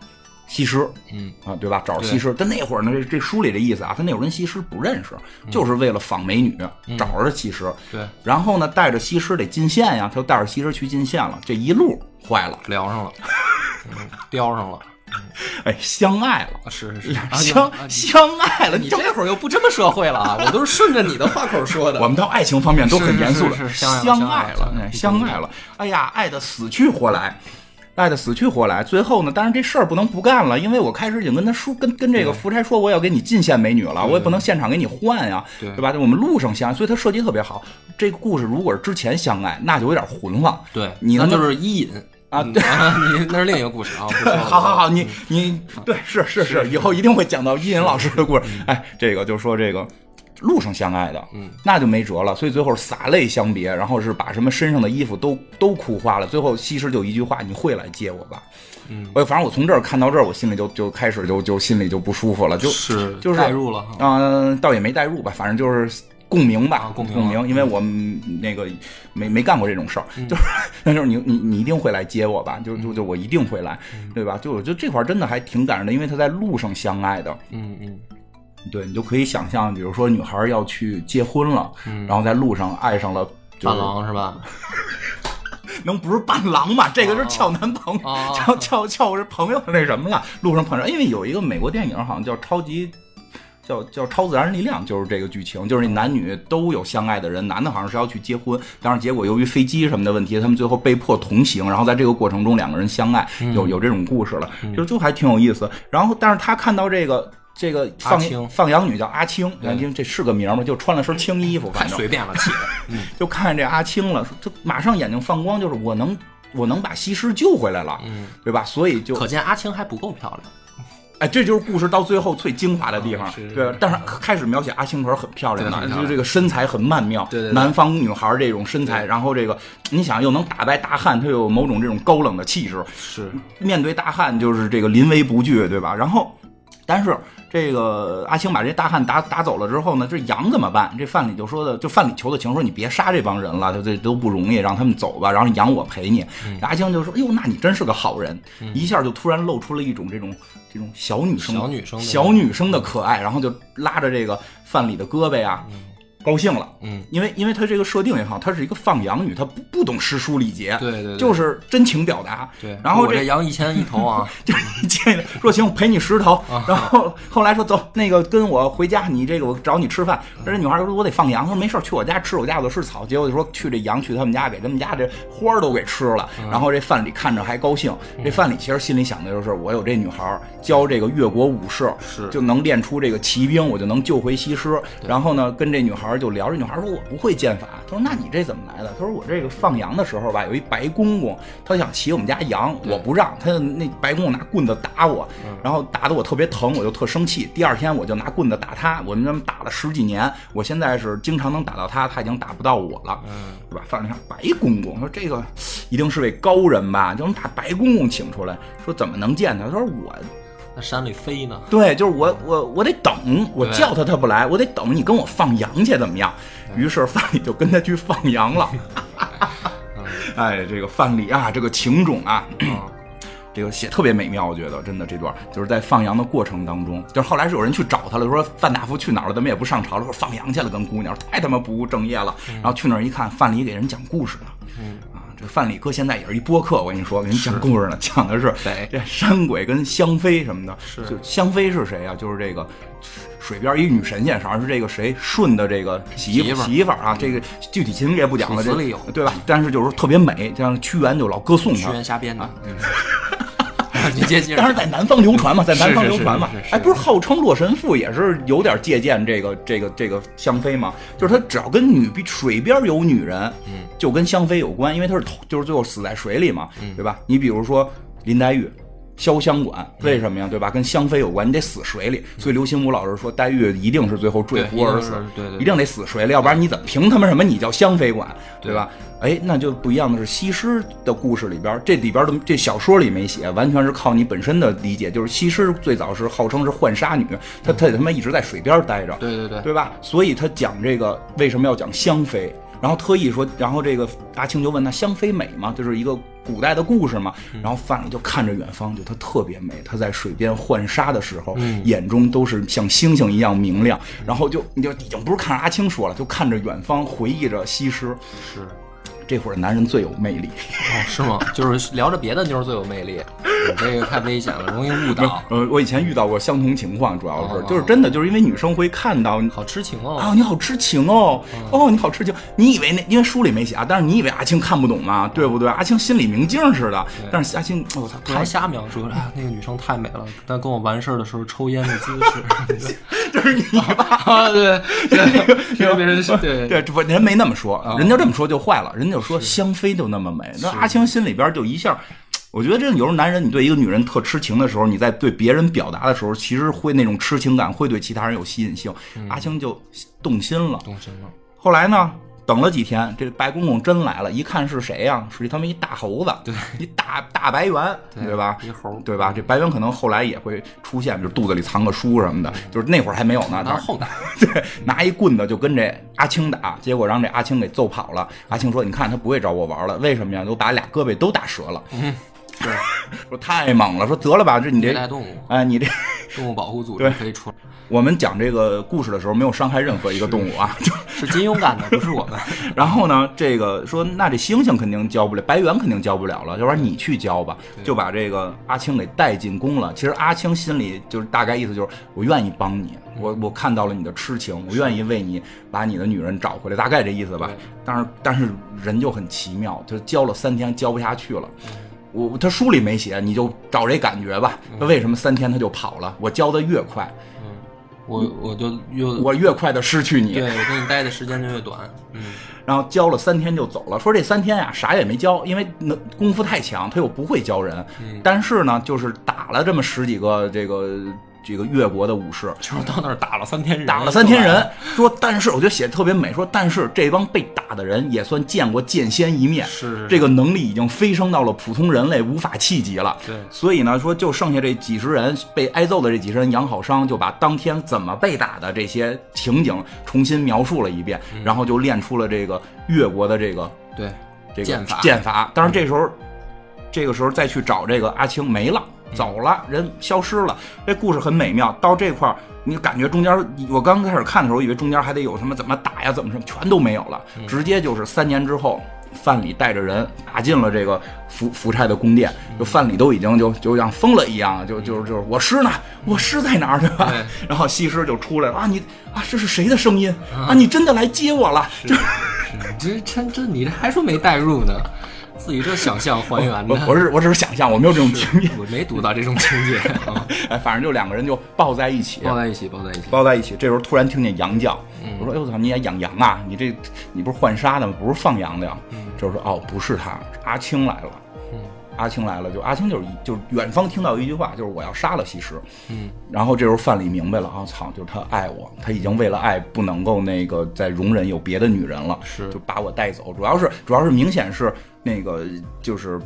西施嗯啊，对吧？找了对西施，但那会儿呢，这这书里的意思啊，他那会儿跟西施不认识，嗯就是为了访美女，找着西施，对，然后呢带着西施得进献呀，他就带着西施去进献了，这一路坏了，聊上了，嗯雕上了，哎，相爱了，啊是是是，啊相你相爱了，你这这会儿又不这么社会了啊！我都是顺着你的话口说的。我们到爱情方面都很严肃了，是是是是相相爱了了，哎相相爱了嗯爱了。哎呀，爱的死去活来，爱的死去活来。最后呢，当然这事儿不能不干了，因为我开始已经跟他说，跟跟这个夫差说，我要给你进献美女了，我也不能现场给你换呀，对对吧？我们路上相爱，所以他设计特别好。这个故事如果是之前相爱，那就有点混乱。对，你那能不就能是伊尹啊嗯你那是另一个故事啊。不说了 好好好，你你对是是是，以后一定会讲到伊尹老师的故事。哎，这个就说这个路上相爱的，嗯，那就没辙了。所以最后洒泪相别，然后是把什么身上的衣服都都哭花了。最后西施就一句话：“你会来接我吧？”嗯，我反正我从这儿看到这儿，我心里就就开始就就心里就不舒服了，就是就是代入了哈。嗯、倒也没代入吧，反正就是共鸣吧，啊共共鸣鸣因为我们那个没没干过这种事儿，嗯就是那就是你你你一定会来接我吧，就就就我一定会来，嗯对吧？就我觉得这块儿真的还挺感人的，因为他在路上相爱的，嗯嗯，对你就可以想象，比如说女孩儿要去结婚了，然后在路上爱上了。嗯伴，郎是吧？能不是伴郎嘛？这个啊是俏男朋友，哦俏哦俏俏是朋友那什么了。路上碰上，因为有一个美国电影好像叫《超级》，叫叫《超自然力量》，就是这个剧情，就是男女都有相爱的人，男的好像是要去结婚，当然结果由于飞机什么的问题，他们最后被迫同行，然后在这个过程中两个人相爱，嗯有有这种故事了，就就还挺有意思。然后，但是他看到这个。这个放阿青嗯放羊女叫阿青，对因为这是个名儿嘛，就穿了身青衣 服， 太反正随便了，起的。就看这阿青了，说这马上眼睛放光，就是我能我能把西施救回来了，嗯，对吧？所以就可见阿青还不够漂亮。哎，这就是故事到最后最精华的地方，嗯是对吧是。但是开始描写阿青可是很漂亮的，对很漂就亮这个身材很曼妙，对对对南方女孩这种身材，然后这个你想又能打败大汉，她又有某种这种高冷的气质，是，面对大汉就是这个临危不惧，对吧？然后但是这个阿青把这大汉打打走了之后呢，这羊怎么办？这范蠡就说的，就范蠡求的情说你别杀这帮人了，这都不容易，让他们走吧，然后羊我陪你。嗯阿青就说，哎呦，那你真是个好人，一下就突然露出了一种这种这种小女生小女生的小女生的可爱，然后就拉着这个范蠡的胳膊呀、高兴了，嗯，因为因为她这个设定也好，她是一个放羊女，她不不懂诗书礼节，对对对就是真情表达，对，然后我这这羊一千一头啊， 就是一见面说行，我赔你十头， 然后后来说走，那个跟我回家，你这个我找你吃饭。这女孩说我得放羊，说没事儿去我家吃，我家有的是草。结果就说去这羊去他们家，给他们家这花儿都给吃了。然后这范蠡看着还高兴，这范蠡其实心里想的就是我有这女孩儿教这个越国武士，是就能练出这个骑兵，我就能救回西施。然后呢，跟这女孩儿就聊，这女孩儿说我不会剑法，她说那你这怎么来的？她说我这个放羊的时候吧，有一白公公，他想骑我们家羊，对嗯我不让，他那白公公拿棍子打我，然后打得我特别疼，我就特生气。第二天我就拿棍子打他，我们这么打了十几年，我现在是经常能打到他，他已经打不到我了。嗯，对吧？范蠡看白公公说：“这个一定是位高人吧？就能把白公公请出来，说怎么能见他？”他说：“我那山里飞呢，对，就是我我我得等，我对叫他他不来，我得等你跟我放羊去怎么样？于是范蠡就跟他去放羊了。哎，这个范蠡啊，这个情种啊，啊，这个写特别美妙，我觉得真的这段就是在放羊的过程当中，就是后来是有人去找他了，说范大夫去哪儿了？咱们也不上朝了，说放羊去了，跟姑娘太他妈不务正业了。然后去那儿一看，范蠡给人讲故事呢。嗯啊，这范蠡哥现在也是一播客，我跟你说，给你讲故事呢，讲的是对这山鬼跟香妃什么的。是就香妃是谁啊？就是这个水边一女神仙，好像是这个谁舜的这个媳媳妇妇儿媳妇儿啊。这个具体情节不讲了，楚这辞里有对吧？但是就是特别美，像屈原就老歌颂屈她。原瞎编的，嗯 你接接着当然在南方流传嘛，在南方流传嘛是是是。是哎，不是号称洛神赋也是有点借鉴这个这个这个香妃嘛？就是他只要跟女水边有女人，嗯，就跟香妃有关，因为他是头就是最后死在水里嘛，嗯对吧？你比如说林黛玉。潇湘馆嗯为什么呀？对吧？跟香妃有关，你得死水里。所以刘心武老师说，黛玉一定是最后坠对湖而死一定是，对对一定得死水里，要不然你怎么凭他妈什么你叫香妃馆，对对吧？哎，那就不一样的是，西施的故事里边，这里边的这小说里没写，完全是靠你本身的理解。就是西施最早是号称是浣纱女，她她他妈一直在水边待着，对对 对，对吧？所以她讲这个为什么要讲香妃，然后特意说，然后这个阿青就问她香妃美吗？就是一个古代的故事嘛。嗯然后范蠡就看着远方，就她特别美，她在水边浣纱的时候，嗯眼中都是像星星一样明亮。然后就你就已经不是看着阿青说了，就看着远方，回忆着西施。是哦，这会儿男人最有魅力。是吗？就是聊着别的妞儿最有魅力，你这个太危险了，容易误导，呃，我以前遇到过相同情况，主要是哦就是真的就是因为女生会看到你好痴情啊，哦，你好痴情哦，哦，你好痴情。你以为那因为书里没写啊，但是你以为阿青看不懂吗？对不对？阿青心里明镜似的，但是阿青，哦我操，别太瞎描述啊！那个女生太美了，但跟我完事儿的时候抽烟的姿势，这是你吧？啊，对， 对，别别人对 啊对，这不人没那么说，人家这么说就坏了，人家就说香妃就那么美，那阿青心里边就一下。我觉得这有时候男人，你对一个女人特痴情的时候，你在对别人表达的时候，其实会那种痴情感会对其他人有吸引性。阿青就动心了，嗯动身了，后来呢，等了几天，这白公公真来了，一看是谁呀、是他妈一大猴子，对，一大大白猿，对吧？一猴儿对吧？这白猿可能后来也会出现，比如肚子里藏个书什么的，就是那会儿还没有呢，拿嗯后打， 对，拿一棍子就跟这阿青打，结果让这阿青给揍跑了。阿青说：“你看他不会找我玩了，为什么呀？我把俩胳膊都打折了。”嗯， 是说太猛了，说得了吧，这你虐这待，动物，哎，你这。 动物保护组对织可以出来，我们讲这个故事的时候，没有伤害任何一个动物啊， 就是金庸干的，不是我们。然后呢，这个说那这猩猩肯定教不了，白猿肯定教不了了，要不然你去教吧，就把这个阿青给带进宫了。其实阿青心里就是大概意思就是，我愿意帮你，嗯我我看到了你的痴情，我愿意为你把你的女人找回来，大概这意思吧对。但是但是人就很奇妙，就教了三天教不下去了。嗯我他书里没写，你就找这感觉吧。他为什么三天他就跑了？我教的越快，嗯，我我就越我越快的失去你。嗯对我跟你待的时间就越短。嗯，然后教了三天就走了，说这三天呀、啥也没教，因为能功夫太强，他又不会教人。但是呢，就是打了这么十几个这个这个越国的武士，就是到那儿打了三天人，打了三天是人吧，，说但是我觉得写的特别美，说但是这帮被打的人也算见过剑仙一面，是是是这个能力已经飞升到了普通人类无法企及了。对所以呢，说就剩下这几十人被挨揍的这几十人养好伤，就把当天怎么被打的这些情景重新描述了一遍，嗯然后就练出了这个越国的这个对，这个剑法嗯剑法。当然这时候，这个时候再去找这个阿青没了，嗯走了，人消失了。这故事很美妙，到这块儿你感觉中间，我刚开始看的时候，以为中间还得有什么怎么打呀，怎么什么，全都没有了，嗯直接就是三年之后。范蠡带着人打进了这个夫夫差的宫殿，嗯就范蠡都已经就就像疯了一样，就就是就是我师呢，我师在哪儿， 对吧？对嗯然后西施就出来了啊，你啊这是谁的声音啊？你真的来接我了？就是你这这这你这还说没带入呢，自己这想象还原我的，我是我只是想象，我没有这种经验。我没读到这种情节啊， 哎，反正就两个人就抱在一起，抱在一嗯起，抱在一起，抱在一起。这时候突然听见羊叫，我说：“哎呦我操，你也养羊啊？你这你不是换杀的吗？不是放羊的呀？”嗯这时候说：“哦，不是他，是阿青来了。”阿青来了，就阿青就是一就是远方听到一句话，就是我要杀了西施。嗯，然后这时候范蠡明白了，啊操，就是他爱我，他已经为了爱不能够那个再容忍有别的女人了，是就把我带走。主要是主要是明显是那个就是。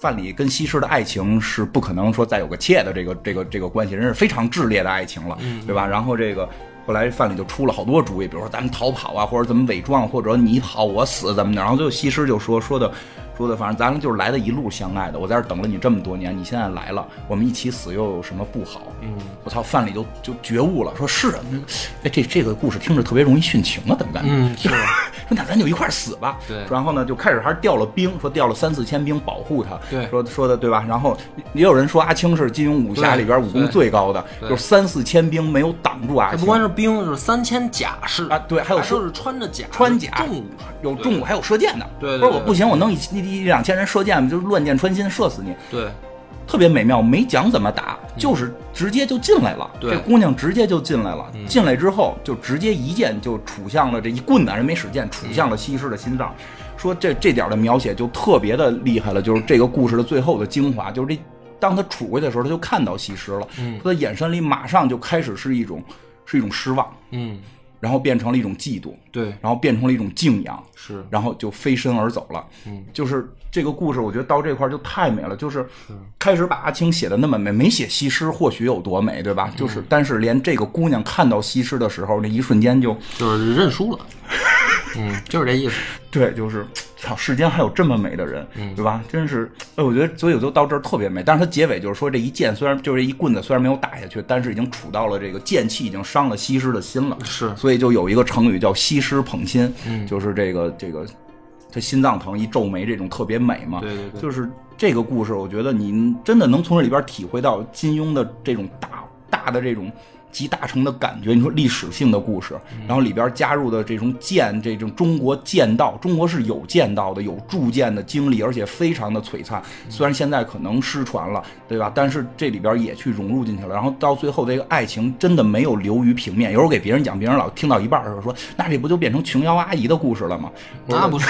范蠡跟西施的爱情是不可能说再有个妾的这个这个这个关系，人是非常炽烈的爱情了，对吧？然后这个后来范蠡就出了好多主意，比如说咱们逃跑啊，或者怎么伪装，或者你跑我死怎么的。然后最后西施就说说的说的，反正咱们就是来的一路相爱的，我在这儿等了你这么多年，你现在来了，我们一起死又有什么不好？嗯，我操，范蠡就就觉悟了，说是啊，嗯哎，这这个故事听着特别容易殉情啊，怎么感觉？嗯是 说那咱就一块儿死吧。对然后呢，就开始还是调了兵，说调了三四千兵保护他。对说说的对吧？然后也有人说阿青是金庸武侠对里边武功对最高的，对就是三四千兵没有挡住阿这青。不光是兵，就是三千甲士啊对还有说是穿着甲的穿甲重武，有重武，还有射箭的。对对不是我对不行，我弄一一一两千人射箭，就是乱箭穿心，射死你。对，特别美妙，没讲怎么打，就是直接就进来了。嗯对嗯这姑娘直接就进来了，进来之后就直接一剑就杵向了这一棍子，人没使剑，杵向了嗯西施的心脏。说这这点儿的描写就特别的厉害了，就是这个故事的最后的精华，就是这当他杵过去的时候，他就看到西施了，嗯他的眼神里马上就开始是一种是一种失望，嗯，然后变成了一种嫉妒，对，然后变成了一种敬仰，是然后就飞身而走了。嗯，就是这个故事，我觉得到这块儿就太美了。就是开始把阿青写的那么美，没写西施或许有多美，对吧？就是，但是连这个姑娘看到西施的时候，那一瞬间就就是认输了，嗯，就是这意思，对，就是操，世间还有这么美的人，对吧？真是，哎，我觉得，所以我就到这儿特别美。但是它结尾就是说，这一剑虽然就是这一棍子虽然没有打下去，但是已经杵到了这个剑气，已经伤了西施的心了。是所以就有一个成语叫“西施捧心”，就是这个这个，他心脏疼一皱眉，这种特别美嘛。对对对就是这个故事，我觉得你真的能从这里边体会到金庸的这种大大的这种集大成的感觉。你说历史性的故事，嗯然后里边加入的这种剑，这种中国剑道，中国是有剑道的，有铸剑的经历，而且非常的璀璨。嗯虽然现在可能失传了，对吧？但是这里边也去融入进去了。然后到最后，这个爱情真的没有流于平面。有时候给别人讲，别人老听到一半的时候说：“那这不就变成琼瑶阿姨的故事了吗？”那 不是，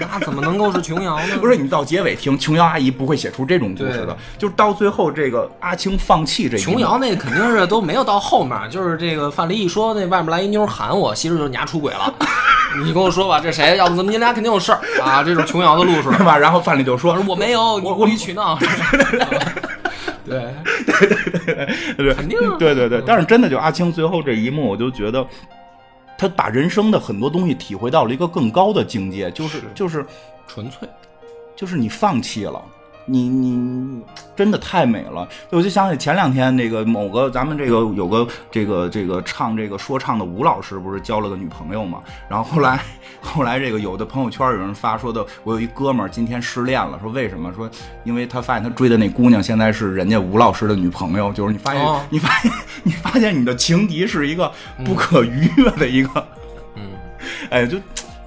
那怎么能够是琼瑶呢？不是你到结尾听琼瑶阿姨不会写出这种故事的对，就是到最后这个阿青放弃这一幕 琼瑶那肯定是都没有到后面，就是这个范蠡一说那外面来一妞喊我，其实就是你丫出 轨了。你跟我说吧，这谁？要不咱们你俩肯定有事儿啊！这是琼瑶的路数。对吧？然后范蠡就说 我说我没有，你我无理取闹。对，：“对，肯定啊 对对对。”但是真的就阿青最后这一幕，我就觉得他把人生的很多东西体会到了一个更高的境界，就是是就是纯粹就是你放弃了。你你真的太美了，我就想起前两天那个某个咱们这个有个这个这个唱这个说唱的吴老师不是交了个女朋友嘛？然后后来后来这个有的朋友圈有人发说的，我有一哥们儿今天失恋了，说为什么？说因为他发现他追的那姑娘现在是人家吴老师的女朋友，就是你发现、哦你发现 你发现你的情敌是一个不可逾越的一个，嗯， 哎，就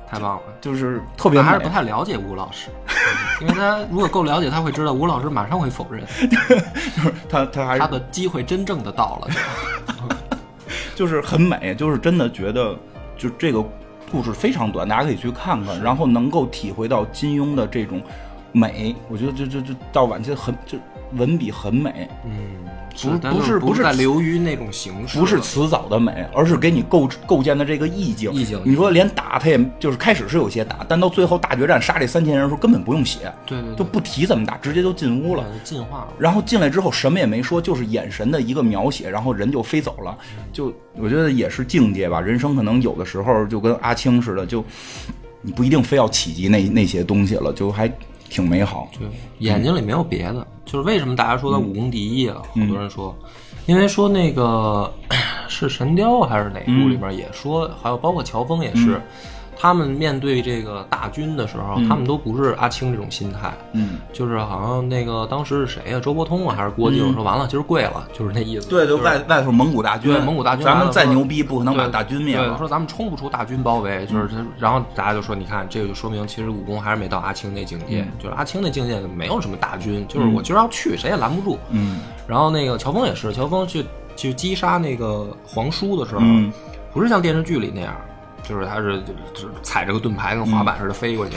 太棒了。就是特别但美还是不太了解吴老师，因为他如果够了解，他会知道吴老师马上会否认，就是他他还是他的机会真正的到了。就是很美，就是真的觉得，就这个故事非常短，大家可以去看看，然后能够体会到金庸的这种美。我觉得就就就到晚期很就文笔很美，嗯，不但不是不不是在流于那种形式了，不是辞藻的美，而是给你构构建的这个意境。意境你说连打他也就是开始是有些打，但到最后大决战杀这三千人的时候根本不用写，对对就对，不提怎么打，直接就进屋了。进化了。然后进来之后什么也没说，就是眼神的一个描写，然后人就飞走了。就我觉得也是境界吧，人生可能有的时候就跟阿青似的，就你不一定非要企及那那些东西了，就还挺美好。对，眼睛里没有别的，就是为什么大家说嗯他武功第一啊？好多人说，因为说那个 是《神雕》还是哪嗯部里边也说，还有包括乔峰也是，他们面对这个大军的时候，他们都不是阿青这种心态。嗯，就是好像那个当时是谁呀、周伯通啊，还是郭靖、说完了，今儿跪了，就是那意思。嗯对，就就是外外头蒙古大军，对蒙古大军咱完们了再说牛逼，不可能把对大军灭对，了。嗯说咱们冲不出大军包围，就是他，然后大家就说，你看这个就说明其实武功还是没到阿青那境界，嗯就是阿青那境界没有什么大军，就是我今儿要去，谁也拦不住。嗯然后那个乔峰也是，乔峰去去击杀那个皇叔的时候，嗯不是像电视剧里那样，就是他是就是踩着个盾牌跟滑板似的飞 过去。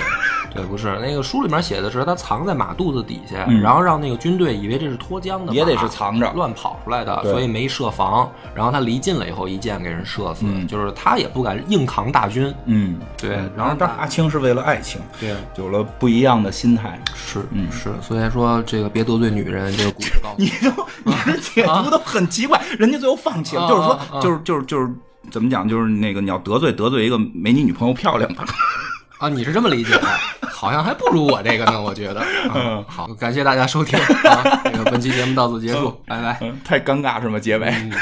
对，不是那个书里面写的是他藏在马肚子底下，然后让那个军队以为这是脱缰的马，嗯也得是藏着乱跑出来的，对所以没设防。然后他离近了以后，一箭给人射死，嗯就是他也不敢硬扛大军。嗯，对然后但阿青是为了爱情，对，有了不一样的心态。是，嗯是，所以说这个别得罪女人，这个故事告诉 你都你的解读都很奇怪，人家最后放弃了，啊就是说啊，啊就是就是就是怎么讲，就是那个你要得罪得罪一个没你女朋友漂亮吧。 啊，你是这么理解的？好像还不如我这个呢，我觉得。嗯，好，感谢大家收听啊，这个本期节目到此结束，拜拜。嗯，太尴尬是吗？结尾。嗯